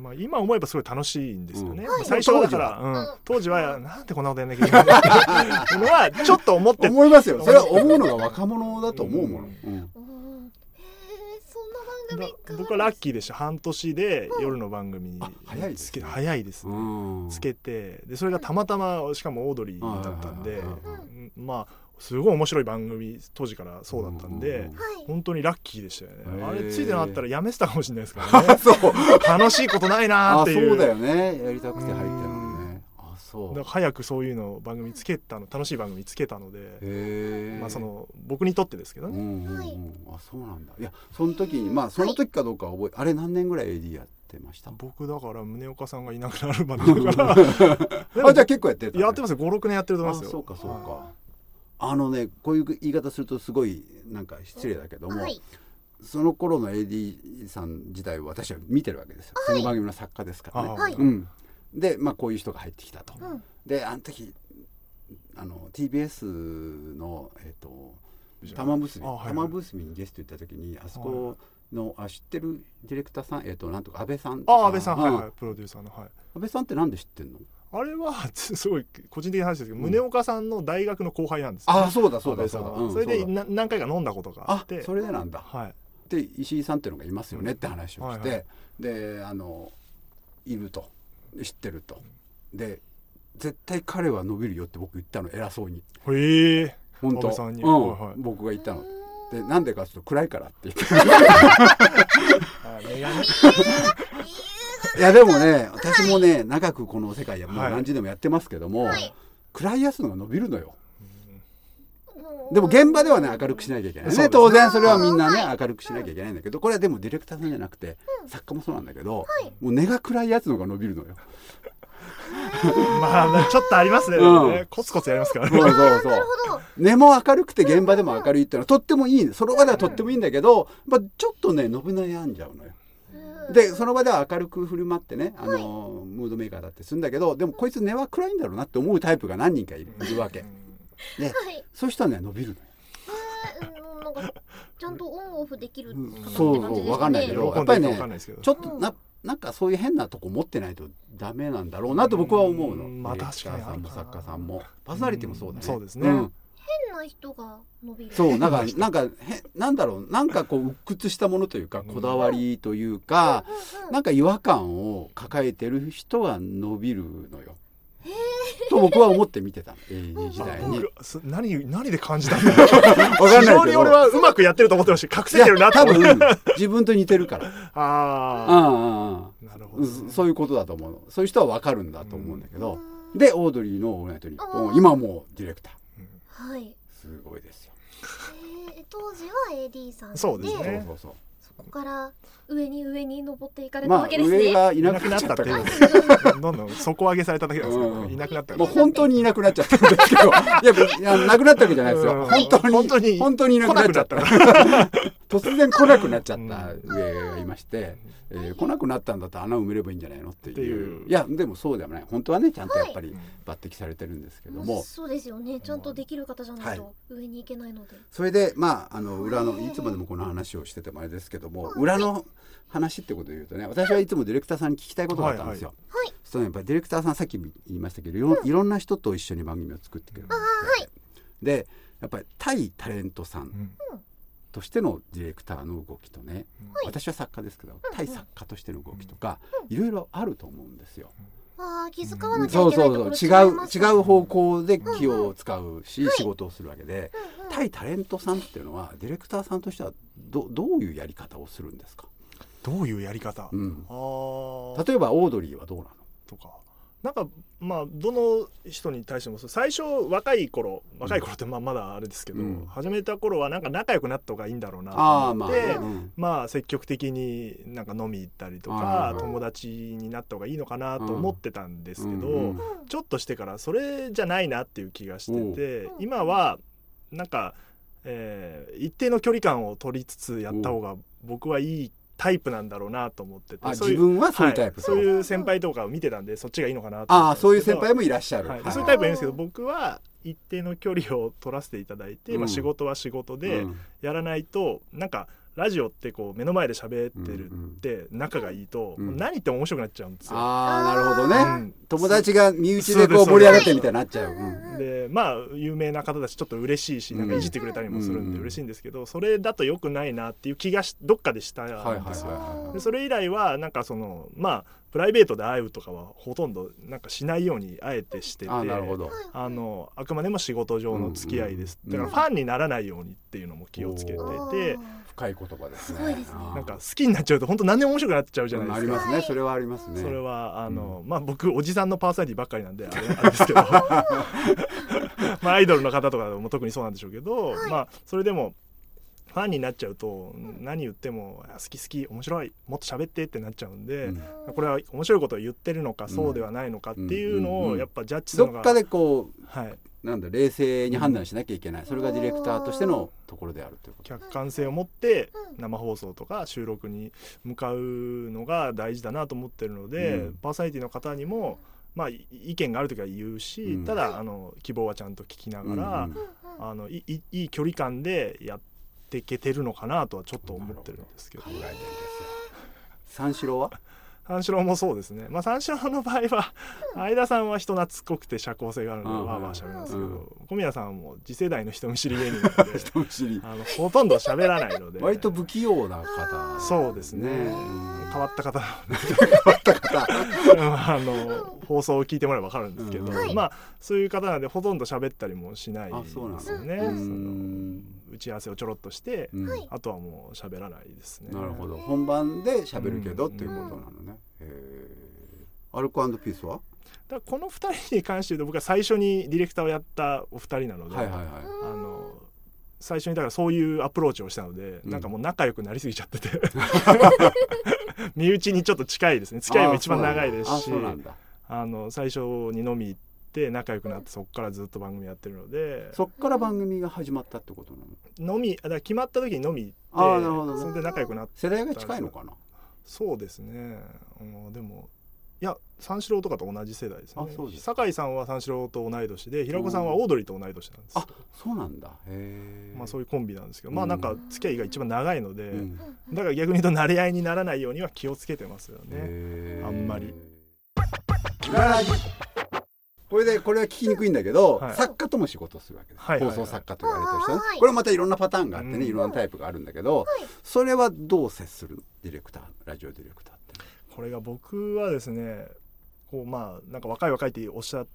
S3: まあ、今思えばすごい楽しいんですよね、
S1: うん
S3: まあ最初はだから当時,、うん、当時はなんでこんなことやんなきゃいけないのっていうのはちょっと思っ
S1: <laughs>
S3: て
S1: 思いますよそれは思うのが若者だと思うもの、うん
S2: うんへえそんな番
S3: だ
S2: 組か
S3: 僕はラッキーでした半年で夜の番組に
S1: あ早いですね
S3: つけ早いですね
S1: うん、
S3: つけてでそれがたまたましかもオードリーだったんで
S1: はいはいはいはい
S3: うんまあすごい面白い番組当時からそうだったん
S1: うんうん
S3: で
S1: うん
S2: はい
S3: 本当にラッキーでしたよ
S1: へ
S3: ね
S1: ー
S3: あれついてなかったらやめてたかもしれないですから
S1: <laughs>
S3: ね
S1: そう
S3: 楽しいことないなー
S1: あ
S3: っていう
S1: そうだよねやりたくて入ったのねあそ
S3: だ
S1: う
S3: から早くそういうのを番組つけたの楽しい番組つけたので
S1: へえ
S3: まあその僕にとってですけど
S1: うんう
S3: ね
S1: んうん
S2: はい
S1: あそうなんだいやその時にまあその時かどうかは覚えあれ何年ぐらい AD やってま <laughs> した
S3: 僕だから宗岡さんがいなくなるまでだからでも
S1: あじゃあ結構やってたね
S3: やってますよ56年やってると思いますよ
S1: あそうかそう
S3: はい
S1: かあのねこういう言い方するとすごいなんか失礼だけども、
S2: はい
S1: その頃の AD さん自体を私は見てるわけですよ、その番組の作家ですからね、
S3: あ
S2: はい
S1: うん、で、まあ、こういう人が入ってきたと、
S2: うん
S1: であの時あの TBS の、えっと
S3: じゃあ
S1: 玉結び、
S3: あはいはい
S1: 玉結びにゲスト行った時にあそこの、あ知ってるディレクターさん、えっとなんとか安倍さん
S3: ああ安倍さんはい
S1: うん
S3: はい
S1: 安
S3: プロデューサーのはい
S1: 倍さんってなんで知ってんの
S3: あれは <laughs> すごい個人的な話ですけど、宗岡さんの大学の後輩なんですよ
S1: ああそうだそうだ
S3: 安
S1: そ
S3: 倍
S1: うだ、
S3: さん
S1: う
S3: は
S1: ん
S3: それで
S1: うだ
S3: な何回か飲んだことがあっ
S1: あ
S3: て
S1: それでなんだ
S3: はい
S1: で石井さんっていうのがいますよねって話をして、
S3: はいは
S1: であのいると知ってるとで絶対彼は伸びるよって僕言ったの偉そうに
S3: へえ
S1: 本
S3: 安
S1: 当
S3: 倍さんに
S1: うん
S3: はいはい
S1: 僕が言ったのでなんでかちょっと暗いからって言って <laughs> いやでもね私もね長くこの世界やもう
S3: はい
S1: 何十年もやってますけども、
S2: はい
S1: 暗いやつのが伸びるのよ
S2: もう
S1: でも現場ではね明るくしなきゃいけないね
S3: そうですね
S1: 当然それはみんなね明るくしなきゃいけないんだけどこれはでもディレクターさんじゃなくて、作家もそうなんだけど、もう根が暗いやつの方が伸びるのよ。
S3: <laughs> まあちょっとありますね,、
S1: うん
S3: ねコツコツやりますから
S1: <laughs>
S3: ね
S1: そうそうそう。根も明るくて現場でも明るいっていうのはとってもいいその場ではとってもいいんだけど、まあ、ちょっとね伸び悩んじゃうのよ。でその場では明るく振る舞ってねあの、ムードメーカーだってするんだけどでもこいつ根は暗いんだろうなって思うタイプが何人かいるいるわけ。で
S2: はい
S1: そういう人はね伸びるのよ。
S2: うんなんかちゃんとオンオフできる方って感じですかね
S1: そうそう分かんないけど
S3: 喜
S1: やっ
S3: ん
S1: ぱ
S3: で
S1: り
S3: るか
S1: ね
S3: わかんないですけど
S1: ちょっとななんかそういう変なとこ持ってないとダメなんだろうなと僕は思うの。
S3: うんまあ
S1: ディレクターさんも
S3: 確かに
S1: 作家さんもパーソナリティもそうだね。
S3: うんそうですね
S1: ん
S2: 変な人が伸びる
S1: そうなんかなんかへなんだろうなんかこう鬱屈したものというか
S3: うん
S1: こだわりというか、なんか違和感を抱えてる人が伸びるのよ。と僕は思って見てたの AD 時代に。
S3: 僕す何何で感じたんだろう
S1: <laughs> わかん
S3: 非
S1: ない
S3: 常
S1: け
S3: に
S1: ど。
S3: 俺はうまくやってると思ってました隠せてるなと
S1: 多
S3: 思って
S1: 分自分と似てるから。う
S3: <laughs> ああ
S1: んうんうん。
S3: なるほど、
S1: うそういうことだと思うそういう人は分かるんだと思うんだけど、
S2: うん
S1: でオードリーの「オールナイトニッポン」今もうディレクター
S2: はい
S1: すごいですよ、
S2: えー当時は AD さん
S3: そうですね
S1: そうそう
S2: そこから上に上に登っていか
S1: そう
S2: れた
S1: まあ
S2: わけですね、
S1: 上がい
S3: い
S1: な
S3: な
S1: く
S3: く
S1: なっ
S3: なっ
S1: ちゃ
S3: た
S1: った
S3: って
S1: か
S3: い
S1: ら
S3: うどんどん底上げされただけなんですから、
S1: うん
S3: いなくなった
S1: もう本当にいなくなっちゃったんですけどいやいやなくなったわけじゃないです
S3: う
S1: よ
S3: ん
S1: 本当に
S3: 本当に
S1: 本当にいなくなっちゃった
S3: 来な
S1: 突然来なくなっちゃった
S3: う
S1: 上がいまして、えー来なくなったんだったら穴埋めればいいんじゃないのって
S3: って
S1: い
S3: いうう
S1: いやでもそうではない本当はねちゃんとやっぱり
S3: はい
S1: 抜擢されてるんですけど
S2: ま
S1: も
S2: あ、そうですよねちゃんとできる方じゃない
S1: は
S2: と上に行けないので、
S1: それでまああの裏のいつまでもこの話をしててもあれですけどども、裏の話ってことで言うとね私はいつもディレクターさんに聞きたいことがあったんですよ。
S2: はいはい
S1: そうねやっぱりディレクターさんさっきも言いましたけどいろ,、ん、いろんな人と一緒に番組を作ってくれるんですよでやっぱり対タレントさん
S3: うん
S1: としてのディレクターの動きとね、
S3: は
S1: 私は作家ですけど、対作家としての動きとか、いろいろあると思うんですよ。
S2: あー気遣わなきゃ
S1: そ
S2: いうけない
S1: そ
S2: ところ
S1: う
S2: 違
S1: そう違
S2: いま
S1: う
S2: す
S1: 違
S2: ね
S1: う方向で気を使うし、仕事をするわけで、対タレントさんっていうのはディレクターさんとしてはどどういうやり方をするんですか、
S3: どういうやり方、
S1: う
S3: あ
S1: ん、
S3: あ
S1: 例えばオードリーはどうなの
S3: とかなんかまあどの人に対してもそう最初若い頃若い頃ってまあまだあれですけど、
S1: うん
S3: 始めた頃はなんか仲良くなった方がいいんだろうなと
S1: ああ
S3: 思
S1: ま
S3: っ
S1: あ、
S3: て
S1: ねう
S3: まあ
S1: ん
S3: 積極的になんか飲み行ったりと
S1: はいはい
S3: か
S1: はい
S3: 友達になった方がいいのかなと思ってたんですけど、
S1: うんうん
S3: ちょっとしてからそれじゃないなっていう気がしてて
S2: おう
S3: 今はなんか、えー一定の距離感を取りつつやった方が僕はいいタイプなんだろうなと思ってて
S1: あ
S3: そうい
S1: 自
S3: う
S1: 分はそういうタイプ、
S3: はい、そういう先輩とかを見てたんでそっちがいいのかなと
S1: あ
S3: 思
S1: あ
S3: ったん
S1: そうい
S3: で
S1: う
S3: すけ
S1: 先
S3: ど
S1: 輩もいらっしゃる、
S3: はい
S1: はい
S3: そういうタイプはいいんですけど僕は一定の距離を取らせていただいて、
S1: う
S3: まあ、
S1: ん
S3: 仕事は仕事で
S1: うん
S3: やらないと、なんかラジオってこう目の前で喋ってる
S1: うんうん
S3: って仲がいいと、
S1: うん
S3: もう何言っても面白くなっちゃうんですよ。
S1: ああなるほど
S3: う
S1: ね、
S3: ん
S1: 友達が身内でこ
S3: そううです
S1: 盛り上がってるみたいになっちゃう、うん
S3: でまあ有名な方たちちょっと嬉しいしなんかいじってくれたりもするん
S1: う
S3: で
S1: ん
S3: 嬉しいんですけど、それだと良くないなっていう気がしどっかでしたんですよ。
S1: はいはいはいはい
S3: でそれ以来はなんかそのまあプライベートで会うとかはほとんどなんかしないようにあえてしてて
S1: ああなるほど
S3: あのあくまでも仕事上の付き合いです、
S1: うんうんうん
S3: だからファンにならないようにっていうのも気をつけて
S2: あー
S3: て
S1: 深い言葉ですね
S2: すごいですね
S1: ああ
S3: なんか好きになっちゃうと本当何でも面白くなっちゃうじゃ
S1: う
S3: なん
S1: あ
S3: い
S1: り
S3: です
S1: ま
S3: か。
S1: すねそれはありますね
S3: それはあの、まあ僕おじさんのパーソナリティばっかりなんであれあれですけど <laughs> まあアイドルの方とかも特にそうなんでしょうけど、まあそれでもファンになっちゃうと何言ってもあ「好き好き面白いもっと喋って」ってなっちゃうんで、
S1: うん
S3: これは面白いことを言ってるのか、そうではないのかっていうの
S1: うんうんう
S3: を
S1: ん
S3: やっぱジャッジする
S1: ど
S3: のが、
S1: っかでこ
S3: はい、
S1: うなんだ冷静に判断しなきゃいけない、それがディレクターとしてのところであるということ
S3: 客観性を持って
S2: うん
S3: 生放送とか収録に向かうのが大事だなと思ってるので、
S1: うん
S3: パーソナリティの方にも、まあ、い意見がある時は言うし、
S1: うん
S3: ただあの希望はちゃんと聞きながら、
S1: うんうん
S3: あのいいいい距離感でやっていけてるのかなとはちょっと思ってるんですけど
S1: 考えてるんですよ三四郎は
S3: 三四郎もそうですね、まあ、三四郎の場合は相田さんは人懐っこくて社交性があるので
S1: うん
S3: わーわーしゃべますけ
S1: う
S3: ど小宮さんはもう次世代の人見知り芸人なの
S1: <laughs>
S3: で
S1: 人見知り
S3: あのほとんど喋らないので
S1: <laughs> 割と不器用な方
S3: そうですね
S1: うん
S3: 変わった方なので
S1: 変わった方
S3: うんあの
S1: <laughs>
S3: 放送を聞いてもらえば分かるんですけど、
S1: うん
S2: はい
S3: まあそういう方なんでほとんど喋ったりもしない
S1: あそうなんだ
S3: ですよね
S1: う
S3: その
S1: ん
S3: 打ち合わせをちょろっとして、
S1: うん
S2: はい
S3: あとはもう喋らないですね
S1: なるほど本番で喋るけどっていうことなのねへえアルコピースは
S3: だからこの2人に関して言うと僕は最初にディレクターをやったお二人なので、
S1: はいはいは
S3: あの最初にだからそういうアプローチをしたので、
S1: うん
S3: なんかもう仲良くなりすぎちゃっ
S1: <laughs>
S3: てて身内にちょっと近いですね付き合いも一番長いです
S1: あ
S3: し
S1: そうなんだ
S3: あの最初に飲み行って仲良くなってそこからずっと番組やってるので
S1: そっから番組が始まったってことなの
S3: 飲みあだから決まった時に飲み行って
S1: あーなるほどね
S3: それで仲良くなって
S1: 世代が近いのかな
S3: そうですね、うん、でもいや三四郎とかと同じ世代ですね
S1: あそうです
S3: 酒井さんは三四郎と同い年で平子さんはオードリーと同い年なんです
S1: あそうなんだへえ
S3: まあそう
S1: い
S3: いうコンビなんですけど、まあなんか付き合いが一番長いので、
S1: うん
S3: だから逆に言うと慣れ合いにならないようには気をつけてますよね。
S1: ね
S3: あんまり
S1: 裏ラジこれでこれは聞きにくいんだけど、
S3: はい
S1: 作家とも仕事するわけです、
S3: はいはいはい
S1: 放送作家と言われてる人、ね
S2: あーはい
S1: これまたいろんなパターンがあってね、
S3: うん
S1: いろんなタイプがあるんだけど、
S2: い
S1: それはどう接するディレクターラジオディレクターって
S3: これが僕はですねこうまあなんか若い若いっておっしゃって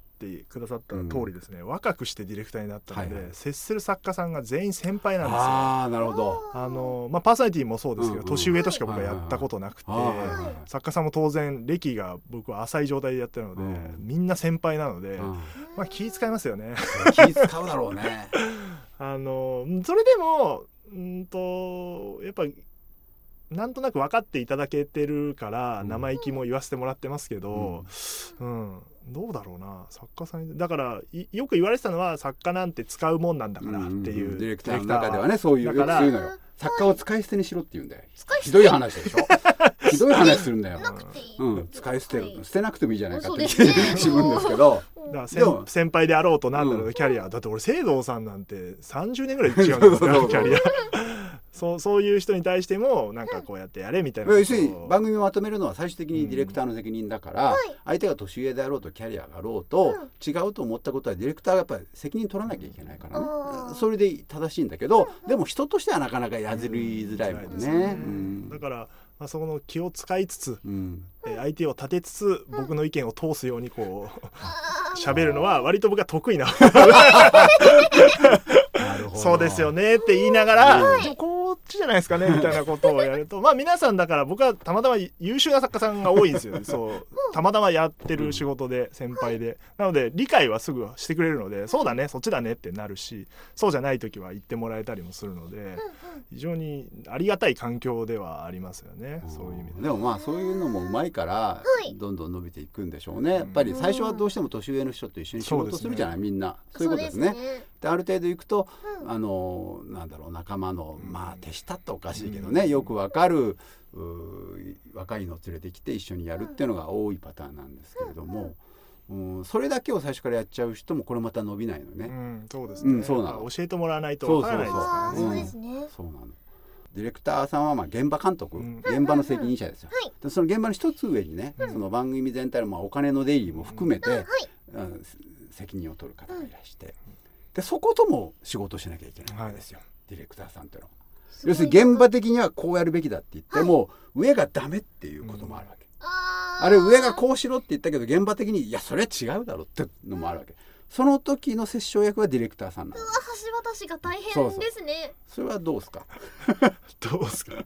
S3: くださった通りですね、若くしてディレクターになったので、
S1: はいはい
S3: 接する作家さんが全員先輩なんですよ。
S1: ああなるほど
S3: あのまあ、パーソナリティもそうですけど、
S1: うんうん
S3: 年上としか僕はやったことなくて、
S1: あーはいはいはい
S3: 作家さんも当然歴が僕は浅い状態でやってるので、
S1: うん
S3: みんな先輩なので、
S1: うん
S3: まあ、気遣いますよね。
S1: 気使うだろうね
S3: あのそれでもうんとやっぱなんとなく分かっていただけてるから
S1: うん
S3: 生意気も言わせてもらってますけど、うんどうだろうな作家さんにだからいよく言われてたのは作家なんて使うもんなんだから <laughs> っていう、
S1: んディレクターの中ではねそういうよく
S3: だから
S1: そういうのよ作家を使い捨てにしろって言うんだよ
S2: 使い捨て
S1: ひどい話
S3: <laughs>
S1: でしょひどい話するんだよ
S2: なくていい、
S1: うん、使い捨て
S2: は
S1: る捨てなくてもいいじゃないかって
S2: そうですね
S1: <laughs> 自分ですけ <laughs> ど
S3: だから
S1: でも
S3: 先先輩であろうとなんだろ
S1: う <laughs>
S3: うキャリアだって俺聖堂さんなんて30年ぐらい違うんですか
S1: そうそうそう
S3: らキャリアそうそういう人に対してもなんかこうやってやれみたいなことを
S1: 要するに番組をまとめるのは最終的にディレクターの責任だから、
S2: はい
S1: 相手が年上であろうとキャリアがあろうと、違うと思ったことはディレクターがやっぱり責任取らなきゃいけないからね
S2: あー
S1: それで正しいんだけど、でも人としてはなかなかやずりづらいもんね。うん
S3: だから、まあ、そこの気を使いつつ、
S1: うん
S3: えー相手を立てつつ僕の意見を通すようにこう
S2: あー
S3: 喋るのは割と僕は得意な
S1: なるほど
S3: そうですよねって言いながら、
S1: は
S3: でもこっちじゃないですかねみたいなことを
S2: <laughs>
S3: やるとまあ皆さんだから僕はたまたま優秀な作家さんが多いんですよねそうたまたまやってる仕事で先輩でなので理解はすぐしてくれるのでそうだねそっちだねってなるしそうじゃない時は言ってもらえたりもするので非常にありがたい環境ではありますよねそういう意味で。
S1: でもまあそういうのもうまいから
S2: い
S1: どんどん伸びていくんでしょうね、やっぱり最初はどうしても年上の人と一緒に仕
S3: そうで
S1: 事
S3: すね
S1: するじゃない、みんなそういうことですね。
S2: そうですね
S1: である程度いくと、
S2: うん
S1: あのなんだろう仲間の
S3: うん
S1: まあ手下っておかしいけどね、よくわかるうー若いのを連れてきて一緒にやるっていうのが多いパターンなんですけれども、うんそれだけを最初からやっちゃう人もこれまた伸びないの
S3: う
S1: ね、
S3: ん、そうですね、
S1: うんそうなの
S3: 教えてもらわないとわからないですから
S2: あ
S3: ね
S2: ーそうですね、
S1: そうなのディレクターさんはまあ現場監督、
S3: うん
S1: 現場の責任者ですよ、
S2: はい
S1: でその現場の一つ上にね、その番組全体のまあお金の出入りも含めて、
S2: はい
S1: うん責任を取る方がいらして、でそことも仕事をしなきゃいけないわけですよ、ディレクターさんというのは。
S2: すご
S1: 要
S2: い
S1: するに現場的にはこうやるべきだって言っても、上がダメっていうこともあるわけ、
S2: あー
S1: あれ上がこうしろって言ったけど現場的にいやそれは違うだろってのもあるわけ、その時の折衝役はディレクターさんなの
S2: うわ橋渡しが大
S1: そう
S2: 変
S1: そう
S2: ですね
S1: それはどうですか
S3: どうですか <laughs>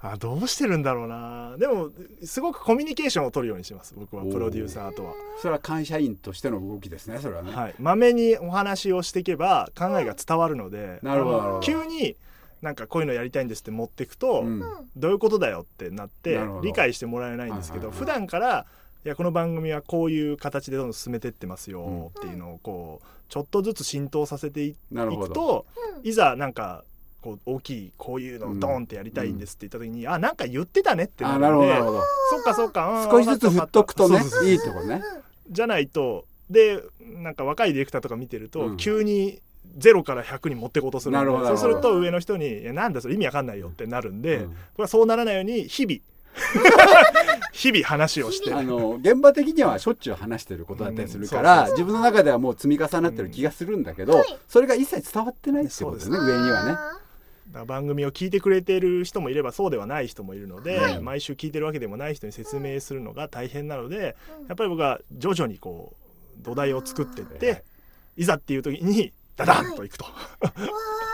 S3: あどうしてるんだろうなでもすごくコミュニケーションを取るようにします僕は
S1: おー
S3: プロデューサーとは。
S1: それは会社員としての動きですねそれはね、
S3: はい、まめにお話をしていけば考えが伝わるので、
S1: なるほど
S3: あの
S1: なるほど
S3: 急になんかこういうのやりたいんですって持ってくと、
S1: うん
S2: うん
S3: どういうことだよってなって
S1: なるほど
S3: 理解してもらえないんですけ
S1: は
S3: ど、
S1: いはい
S3: 普段からいやこの番組はこういう形でどんどん進めてってますよっていうのをこうちょっとずつ浸透させていい
S1: なるほ
S3: く
S1: ど
S3: と
S2: うん
S3: いざなんかこう大きいこういうのをドーンってやりたいんですって言った時に、あなんか言ってたねって
S1: あな
S3: な
S1: るほ
S3: るん
S1: ど
S3: で
S1: なるほど
S3: そっかそっかうん
S1: 少しずつ振っとくとね
S3: そうそうそう
S1: いいとこね
S3: じゃないとでなんか若いディレクターとか見てると、
S1: うん
S3: 急に0から100に持ってこうとするん
S1: な
S3: で
S1: るほどな
S3: そう
S1: るほ
S3: す
S1: ど
S3: ると上の人に「いやなんだそれ意味わかんないよ」ってなるんで、
S1: うん
S3: これはそうならないように日
S1: <laughs>
S3: 々日々話をして
S1: あの現場的にはしょっちゅう話してることだったりするから、
S3: うん
S1: 自分の中ではもう積み重なってる気がするんだけど、
S2: うんはい
S1: それが一切伝わってないってことですね
S2: うん
S1: 上にはね。
S2: あ
S3: だから番組を聞いてくれてる人もいればそうではない人もいるので、
S1: はい
S3: 毎週聞いてるわけでもない人に説明するのが大変なので、
S2: うん
S3: やっぱり僕は徐々にこう土台を作ってって、
S1: はい
S3: い、ざっていう時にダダンといくと、
S2: ーわ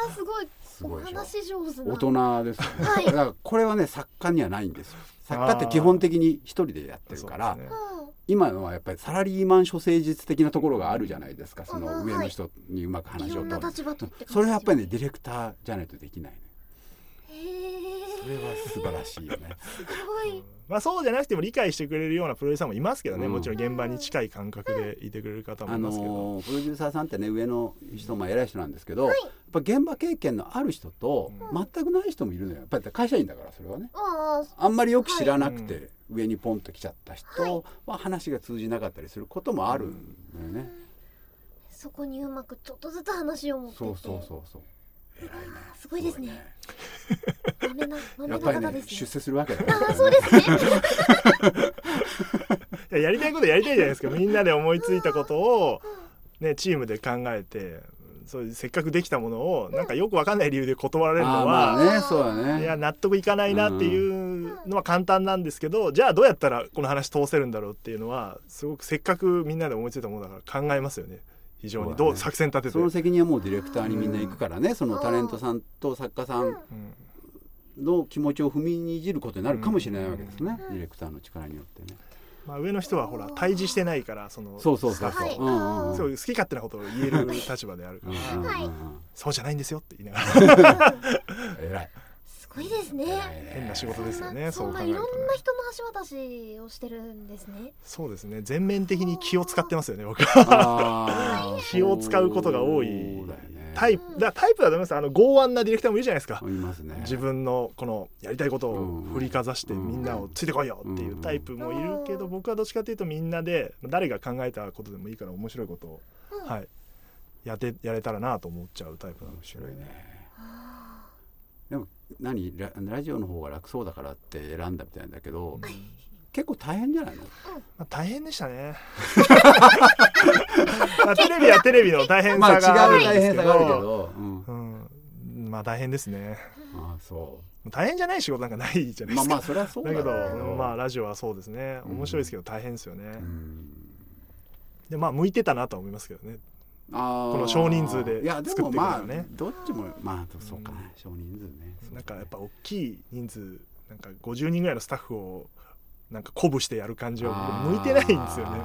S2: ーすごい
S1: すごい
S2: お
S1: でしょ
S2: 話上手な
S1: 大人ですよね、
S2: はい
S1: だからこれはね作家にはないんですよ作家って基本的に一人でやってるから、
S3: そうですね
S2: うん
S1: 今のはやっぱりサラリーマン諸生術的なところがあるじゃないですかそ
S2: あは
S1: の
S2: い
S1: 上の人にうまく話を
S2: いろんな
S1: と
S2: 立場とって感じ
S1: それはやっぱりねディレクターじゃないとできないね
S2: へー
S1: それは素晴らしいよね
S2: すごい
S3: まあ、そうじゃなくても理解してくれるようなプロデューサーもいますけどね、
S1: うん
S3: もちろん現場に近い感覚でいてくれる方も
S1: あ
S3: いますけど、
S1: のープロデューサーさんってね上の人も偉い人なんですけど、やっぱ現場経験のある人と
S3: うん
S1: 全くない人もいるのよやっぱり会社員だからそれはね
S2: あ
S1: あんまりよく知らなく
S3: は
S1: て上にポンと来ちゃった人は話が通じなかったりすることもあるんだよね、
S2: ーそこにうまくちょっとずつ話を持ってって
S1: そうそうそうそう偉いね
S2: すごいですねまめなま
S1: や
S2: め
S1: っ
S2: な
S1: ぱり
S2: 方
S1: ね
S2: です
S1: 出
S2: ね
S1: 世するわけだ
S2: あーそうです
S1: <laughs>
S2: ね
S3: いややりたいことやりたいじゃないですかみんなで思いついたことを、
S1: <laughs>
S3: ね、チームで考えてそういうせっかくできたものをなんかよくわかんない理由で断られる
S1: あ
S3: の
S1: ーま
S3: は、
S1: あねそうだ
S3: いや
S1: ね
S3: 納得いかないなっていうのは簡単なんですけど、じゃあどうやったらこの話通せるんだろうっていうのはすごくせっかくみんなで思いついたものだから考えますよね非常に、
S1: そうだね
S3: どう作戦立てて。
S1: その責任はもうディレクターにみんな行くからねそのタレントさんと作家さん
S3: うん
S1: の気持ちを踏みにじることになるかもしれないわけですね
S2: うん
S1: ディレクターの力によってね
S3: まあ、上の人はほら対峙してないからその
S1: そうそうそう
S2: は
S1: そ
S2: い
S1: ううんうんうん
S3: そう好き勝手なことを言える立場であるか
S1: うん
S3: ら、
S1: うんうんうん
S2: はい
S3: そうじゃないんですよって言い
S1: <laughs>
S3: ながら
S1: 偉い
S2: すごいですね
S1: 偉いね
S3: 変な仕事ですよね
S2: そんな
S3: そ
S2: そうん
S3: 考え
S2: ない
S3: ると
S2: ろ
S3: ね
S2: んな人の橋渡しをしてるんですね
S3: そうですね全面的に気を使ってますよね僕は
S1: あー
S3: <laughs> 気を使うことが多い
S1: そうだよね
S3: タイプだからタイプだと思いますあの剛腕なディレクターもいるじゃないですか
S1: いますね
S3: 自分のこのやりたいことを振りかざして
S1: うん
S3: みんなをついてこいよっていうタイプもいるけど
S2: うん
S3: 僕はどっちかというとみんなで誰が考えたことでもいいから面白いことを、
S2: うん
S3: はい、やってやれたらなと思っちゃうタイプなん
S1: 面
S3: ですよ
S1: 白いねでも何ララジオの方が楽そうだからって選んだみたいなんだけど、結構大変じゃないの
S3: まあ、大変でしたね、 <laughs> まあ、テレビはテレビの大変
S1: まあ違
S3: さ
S1: う
S3: があるん
S1: 大
S3: です
S1: 変
S3: け
S1: さ
S3: ど,、
S1: があるけど、うん、
S3: うん、まあ大変ですね
S1: ああそ
S3: 大変じゃない仕事なんかないじゃ
S1: う
S3: な
S1: ま
S3: いで
S1: あ
S3: すか、
S1: まあそれはそう
S3: だ
S1: だ
S3: け
S1: ろう
S3: ど
S1: けど
S3: まあラジオはそうですね
S1: うん
S3: 面白いですけど大変ですよね、
S1: うん
S3: でまあ向いてたなとは思いますけどね
S1: あー
S3: この少人数で
S1: いやで
S3: 作っ
S1: も
S3: ていくの
S1: ま
S3: は
S1: あ
S3: ね
S1: どっちもまあそうかね少人数ねそう
S3: なんかやっぱ大きい人数なんか50人ぐらいのスタッフをなんか鼓舞してやる感じは
S1: あー
S3: 向いてないんですよね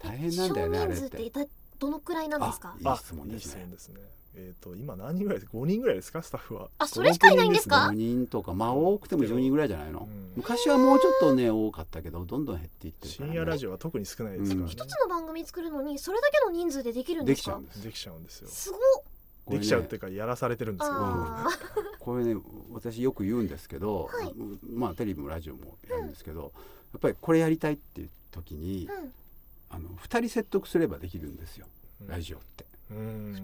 S1: 大変なんだよね
S2: 少
S1: あ
S2: 人
S1: れっ
S2: 数っててだどのくらいなんですか
S1: あいい質問
S3: あいい
S1: です
S3: 質
S1: ね
S3: 問ですねえっ、と今何人ぐらいです5人ぐらいですかスタッフは
S2: あそれしかいないんです
S1: 5
S2: か
S1: 人とかまあ多くても10人ぐらいじゃないの、
S3: うん
S1: 昔はもうちょっとね多かったけどどんどん減っていってるから、
S3: 深
S1: ね、
S3: 夜ラジオは特に少ないですから、ね
S2: 一つの番組作るのにそれだけの人数でできるん
S1: で
S2: で
S1: き
S2: す
S1: ちゃう
S2: か
S1: んです
S3: できちゃうんですよ
S2: すごっ
S1: これ
S3: で
S1: ね
S3: きちゃうっていうかやらされてるんですけど
S2: あー
S1: これね私よく言うんですけど、
S2: はい
S1: まあテレビもラジオもやるんですけど、やっぱりこれやりたいっていう時に、
S2: うん
S1: あの2人説得すればできるんですよ、
S3: うん
S1: ラジオって。
S3: うん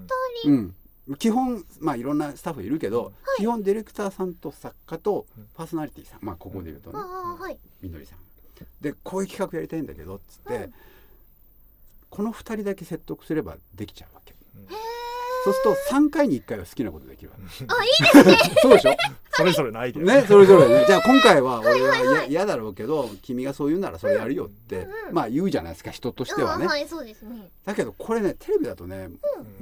S1: うん基本まあいろんなスタッフいるけど、基本ディレクターさんと作家と
S3: うん
S1: パーソナリティさん、まあここで言うとね、
S2: あーはい
S1: みどりさんでこういう企画やりたいんだけどっつって、
S2: うん
S1: この2人だけ説得すればできちゃうわけ、
S3: うんへー
S1: そうすると3回に1回は好きなことできるわ
S2: <laughs>
S1: け
S2: あいい
S1: そうでしょ
S3: それぞれのアイデア
S1: ねそれぞれねじゃあ今回は俺は嫌だろうけど君がそう言うならそれやるよって、
S2: うんうん
S1: まあ言うじゃないですか人としてはね、
S2: あーはいそうですね
S1: だけどこれねテレビだとね
S3: ん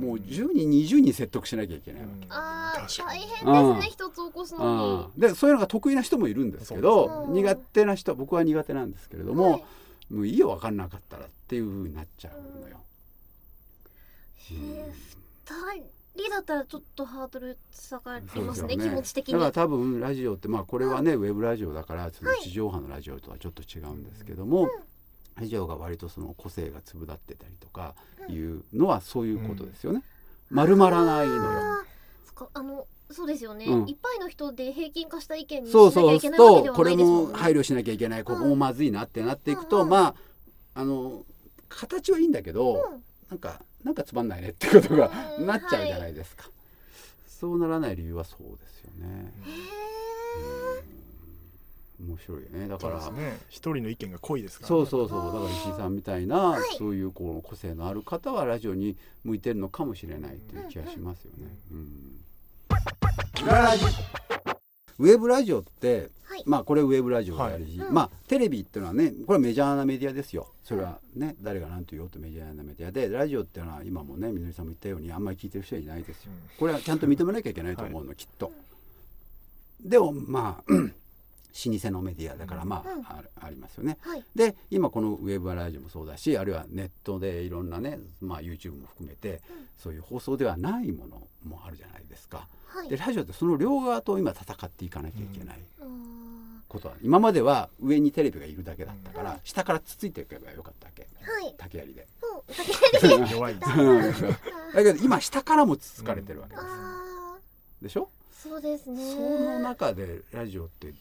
S1: もう10人20人説得しなきゃいけないわけ、
S2: あー
S3: 確か
S2: 大
S3: に
S2: 変です
S1: う
S2: ね
S1: ん
S2: 一つ起こす
S1: あ
S2: の
S1: ーでそういうのが得意な人もいるんですけ
S2: そう
S1: ど
S2: ですね
S1: 苦手な人僕は苦手なんですけれど
S2: に
S1: も、
S2: はい
S1: もういいよ分かんなかったらっていうふうになっちゃうのよ。
S2: へー二人だったらちょっとハードル下がり
S1: そうで
S2: ますす
S1: よ
S2: ね気持ち的に
S1: だから多分ラジオってまあこれはね、ウェブラジオだからその地上波のラジオとはちょっと違うんですけども、ラジオが割とその個性が粒立ってたりとかいうのはそういうことですよね。丸まらないのよ。
S2: あーそっかあのそうですよね、
S1: うん
S2: いっぱいの人で平均化した意見にし
S1: そう
S2: なき
S1: そ
S2: ゃ
S1: う
S2: い
S1: す
S2: け
S1: る
S2: ないわけで
S1: と
S2: は
S1: こ
S2: な
S1: れ
S2: いですもん
S1: も
S2: ね
S1: 配慮しなきゃいけないここもまずいなってなっていく
S2: うん
S1: と、
S2: うん
S1: まああの形はいいんだけど、
S2: うん
S1: なんかなんかつまんないねってことが
S2: うん
S1: なっちゃうじゃないですか、そうならない理由はそうですよね
S2: へー
S1: 面白いよねだか
S3: そう
S1: ら
S3: です
S1: そう,、
S3: ね一人の意見が濃いですから
S1: そ
S3: ね、
S1: うそうだから石井さんみたいな、
S2: い
S1: そういうこう個性のある方はラジオに向いてるのかもしれないという気がしますよね、うんウェブラジオって、
S2: はい
S1: まあこれウェブラジオであるし、
S2: はいうん
S1: まあテレビっていうのはねこれはメジャーなメディアですよそれはね、誰が何と言おうとメジャーなメディアでラジオっていうのは今もねみのりさんも言ったようにあんまり聞いてる人はいないですよ
S3: うん
S1: これはちゃんと認めなきゃいけないと思うの、きっと。でもまあ <clears throat> 老舗のメディアだからまあ,、
S2: うん
S1: あるありますよね。
S2: はい
S1: で今このウェブラジオもそうだしあるいはネットでいろんなね、まあ、YouTube も含めて、そういう放送ではないものもあるじゃないですか。
S2: はい
S1: でラジオってその両側と今戦っていかなきゃいけない
S2: あー
S1: ことは、今までは上にテレビがいるだけだったから、下からつついていけばよかったわけ
S2: はい
S1: 竹槍で。
S2: も
S1: <laughs>
S2: う
S3: 弱いんですよ
S1: うんだけど今下からもつつかれてるわけです。
S2: あー
S1: でしょ
S2: そうですね
S1: その中でラジオって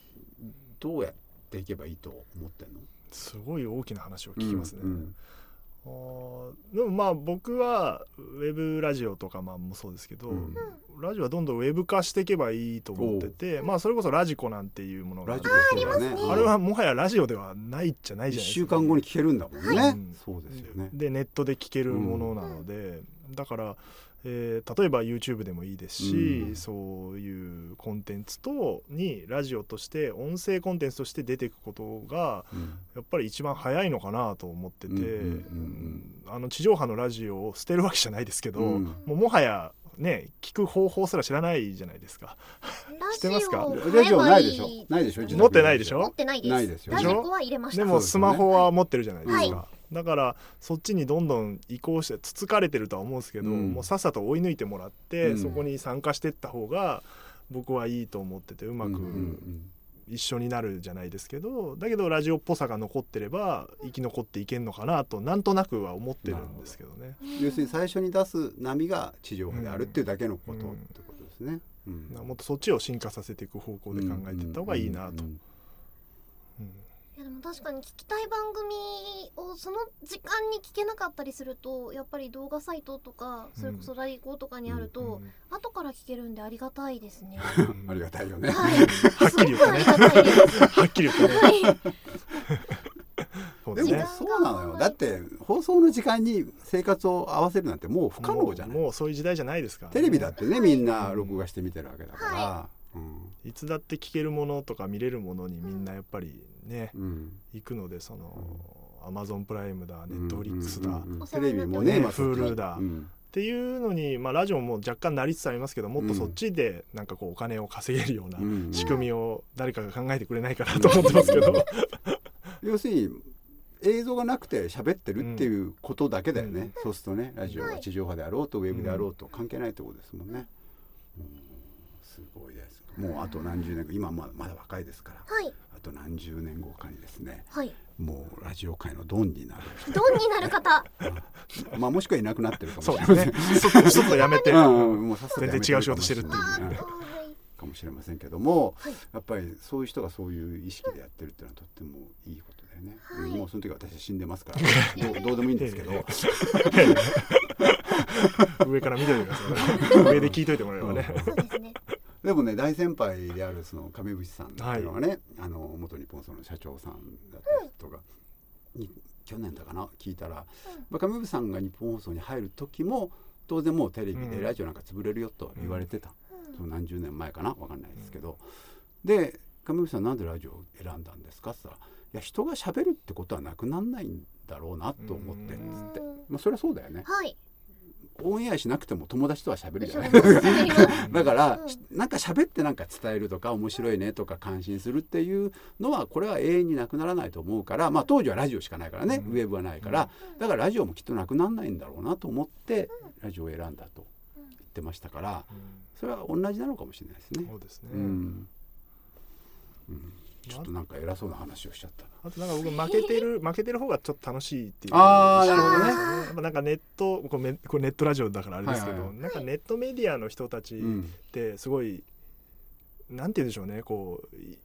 S1: どうやっていけばいいと思ってんの
S3: すごい大きな話を聞きますね、
S1: うん
S3: あーでもまあ僕はウェブラジオとかまあもそうですけど、
S1: うん
S3: ラジオはどんどんウェブ化していけばいいと思ってて、まあ、それこそラジコなんていうものが
S1: ラジオそうだよね
S3: あれはもはやラジオではないじゃない
S1: 1
S3: じゃない
S1: 週間後に聞けるんだもんね、
S3: うん
S1: そうですよね、
S3: でネットで聴けるものなので、だから、えー例えば YouTube でもいいですし、
S1: うん
S3: そういうコンテンツとにラジオとして音声コンテンツとして出ていくことが
S1: うん
S3: やっぱり一番早いのかなと思ってて、
S1: うんうんうん
S3: あの地上波のラジオを捨てるわけじゃないですけど、
S1: うん
S3: もうもはやね聞く方法すら知らないじゃないですか。知ってますか
S1: ラジオないでしょないでしょ自宅に
S3: 持ってないでし
S2: 持
S3: ょ
S2: ってないです
S1: ないですよ
S2: ラジコは入れました
S3: でも
S1: そうです
S3: ス
S1: よね
S3: マホは持ってるじゃないですか、
S1: は
S3: だからそっちにどんどん移行してつつかれてるとは思うんですけど、
S1: うん
S3: もうさっさと追い抜いてもらって、
S1: うん
S3: そこに参加していった方が僕はいいと思っててうま
S1: うんう
S3: く
S1: ん
S3: 一緒になるじゃないですけど、だけどラジオっぽさが残ってれば生き残っていけんのかなとなんとなくは思ってるんですけどね。
S1: うん要するに最初に出す波が地上波であるっていうだけのことってことですね、うん
S3: もっとそっちを進化させていく方向で考えていった方がいいなと。
S1: うん
S3: うん
S2: いやでも確かに聞きたい番組をその時間に聞けなかったりするとやっぱり動画サイトとかそれこそライコとかにあると、後から聞けるんでありがたいですね。は
S3: うん
S1: ありがたいよ
S2: い、
S1: ね。
S2: は
S3: っきり言うとね
S2: ありがたいです。
S3: はっきり言ってね
S2: はい、
S3: そう
S1: で
S3: です
S1: も
S3: ね
S1: そうなのよ。だって放送の時間に生活を合わせるなんてもう不可能じゃない。
S3: もうもうそういう時代じゃないですからね、
S1: テレビだってね、みんな録画して見てるわけだから。、
S2: はい
S3: いつだって聞けるものとか見れるものにみんなやっぱりね、
S1: うん。うん。
S3: 行くのでそのアマゾンプライムだネットフリックスだ、
S1: うん
S3: っ
S1: うんうん
S2: お
S1: テ
S2: 世話にな
S1: レ
S2: って
S1: ビ
S2: ます
S1: もね、今
S3: Hulu だ
S1: うん
S3: ていうのに、まあ、ラジオも若干なりつつありますけどもっとそっちでなんかこうお金を稼げるような
S1: うん
S3: 仕組みを誰かが考えてくれないかなと思ってますけど、
S1: 要するに映像がなくて喋ってるっていうことだけだよね、そうするとねラジオが地上波であろうとウェブであろうと関係ないってことですもんね、うんすごいですもうあと何十年後今まだまだ若いですから
S2: はい、
S1: あと何十年後かにですね
S2: はい、
S1: もうラジオ界のドンになる
S2: ドンになる方、
S1: 人まあもしくはいなくなってるかもし
S3: そう
S1: れ
S3: で
S1: ない
S3: すねちょっとちょっとやめて、
S1: うんうんもうさすがに
S3: 全然違う仕事してるっていう
S2: あー
S1: うん
S2: はい、
S1: かもしれませんけども、
S2: はい
S1: やっぱりそういう人がそういう意識でやってるっていうのはとってもいいことだよね、
S2: はい
S1: うんもうその時は私は死んでますからど
S2: <laughs>
S1: うどうでもいいんですけど、
S3: 上から見といてください上で聞いといてもらえればね。
S2: そうですね。
S1: でもね大先輩であるその亀渕さんっていうのはね、あの元日本その社長さんだった人が、に去年だかな聞いたら、まあ、亀渕さんが日本放送に入る時も当然もうテレビ
S3: う
S1: で
S3: ん
S1: ラジオなんか潰れるよと言われてた、
S2: うん
S1: その何十年前かなわかんないですけど、で亀渕さんなんでラジオを選んだんですかって言ったら「いや人が喋るってことはなくなんないんだろうなと思って」つ
S3: うん
S1: って、
S2: うん
S1: まあ、それはそうだよね
S2: はい、
S1: オンエアしなくても友達とは喋るじゃない
S2: 喋りま
S1: <laughs>
S2: す
S1: だから、
S2: うん
S1: しなんか喋ってなんか伝えるとか面白いねとか感心するっていうのはこれは永遠になくならないと思うから、まあ、当時はラジオしかないからね、
S3: うん
S1: ウェブはないから、だからラジオもきっとなくならないんだろうなと思ってラジオを選んだと言ってましたからそれは同じなのかもしれないですね
S3: そ。うですね、
S1: うんうんちょっとなんか偉そうな話をしちゃったな。
S3: あとなんか僕負けてる負けてる方がちょっと楽しいっていう
S1: あーなるほどね
S3: やっぱなんかネットこうめこれネットラジオだからあれですけど、
S1: はいはいは
S3: なんかネットメディアの人たち
S1: う
S3: っ
S1: ん
S3: てすごい、なんて言うんでしょうねこうい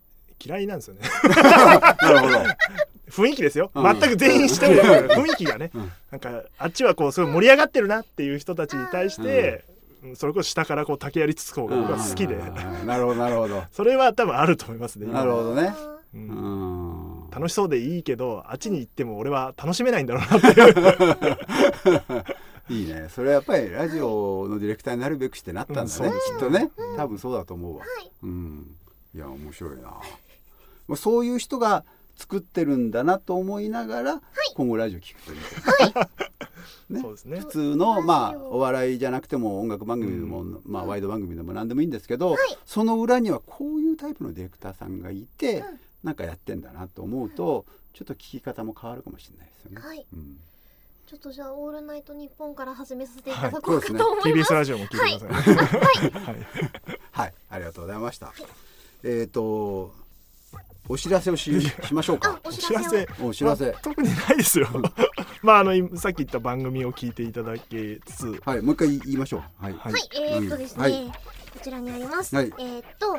S3: 嫌いなんですよね <laughs>
S1: なるほど。
S3: 雰囲気ですよ、
S1: うん
S3: 全く全員してる雰囲気がね、
S1: うん
S3: なんかあっちはこうすごい盛り上がってるなっていう人たちに対して、うんそれこそ下からこう竹やりつつこうが僕は好きで、
S1: うんうんうんうんなるほどなるほど。
S3: それは多分あると思いますね今
S1: なるほどね。
S3: う
S1: うんん。
S3: 楽しそうでいいけどあっちに行っても俺は楽しめないんだろうなっていう
S1: いいねそれはやっぱりラジオのディレクターになるべくしてなったんだ
S3: うん
S1: ね、
S3: そうです
S1: きっとね多分そうだと思うわ、
S2: はい
S1: うん、いや面白いなまあそういう人が作ってるんだなと思いながら、今後ラジオ聞くといいとね
S3: そうですね
S1: 普通のま
S2: ラジ
S1: あ
S2: オ
S1: お笑いじゃなくても音楽番組でも、
S3: う
S1: まあ、ワイド番組でも何でもいいんですけど、その裏にはこういうタイプのディレクターさんがいて、
S2: うん
S1: なんかやってんだなと思うとちょっと聞き方も変わるかもしれないですよね。
S2: はい
S1: うん
S2: ちょっとじゃあオールナイトニッポンから始めさせていただこ
S1: は
S2: う
S1: いそう
S2: か
S1: ですね
S2: と思います。
S3: TBS ラジオも聞いてください、はい
S1: はい、ありがとうございました。えっ、と、お知らせをし、しましょうか
S2: あ、。お
S3: お
S2: 知
S3: 知
S2: ら
S3: ら
S2: せを
S3: せ
S1: お知らせ
S3: まあ特にないですよまああのいさっき言った番組を聞いていただけつつ
S1: はい、もう一回言いましょう。はい。
S3: は
S2: はい、えー、っとですね、
S1: はい
S2: こちらにあります。
S1: はい
S2: えー、っと、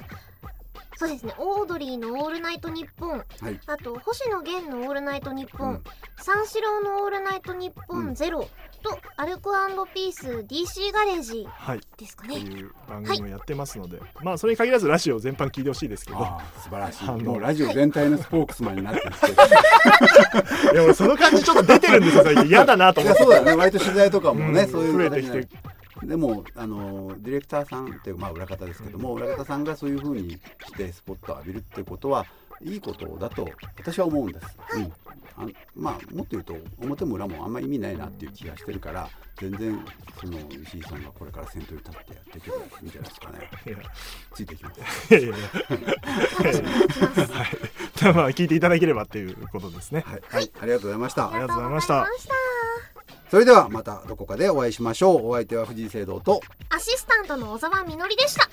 S2: そうですね、オードリーのオールナイトニッポン、
S1: はい。
S2: あと星野源のオールナイトニッポン、
S1: うん
S2: 三四郎のオールナイトニッポンゼロと、アルコピース DC ガレージ
S3: はい
S2: ですか
S3: と
S2: ね。
S3: いう番組をやってますので、まあそれに限らずラジオ全般聞いてほしいですけど
S1: ああ、素晴らし
S3: あの
S1: い。もうラジオ全体のスポークスマンになってきて。
S3: いや俺その感じちょっと出てるんですよ最 <laughs> 近嫌だなと
S1: い
S3: 思っ
S1: や、
S3: て
S1: そうだよね。割と取材とかもね、
S3: うん
S1: そういう形に
S3: 増えてき
S1: でも、あの、ディレクターさんっていう、まあ、裏方ですけども、裏方さんがそういう風にして、スポットを浴びるっていうことは。いいことだと私は思うんです、うん、あのまあもっと言うと表も裏もあんま意味ないなっていう気がしてるから全然その石井さんがこれから先頭に立ってやっていけばいいんじゃないですかね
S3: いや
S1: ついていきます
S3: いやいやいや
S2: 楽しみにします。
S3: はいじゃあまあ聞いていただければっていうことですね
S1: はい、はい、ありがとうございました
S3: ありがとうございました
S2: ありがとうございました
S1: それではまたどこかでお会いしましょうお相手は藤井聖堂と
S2: アシスタントの小沢みのりでした。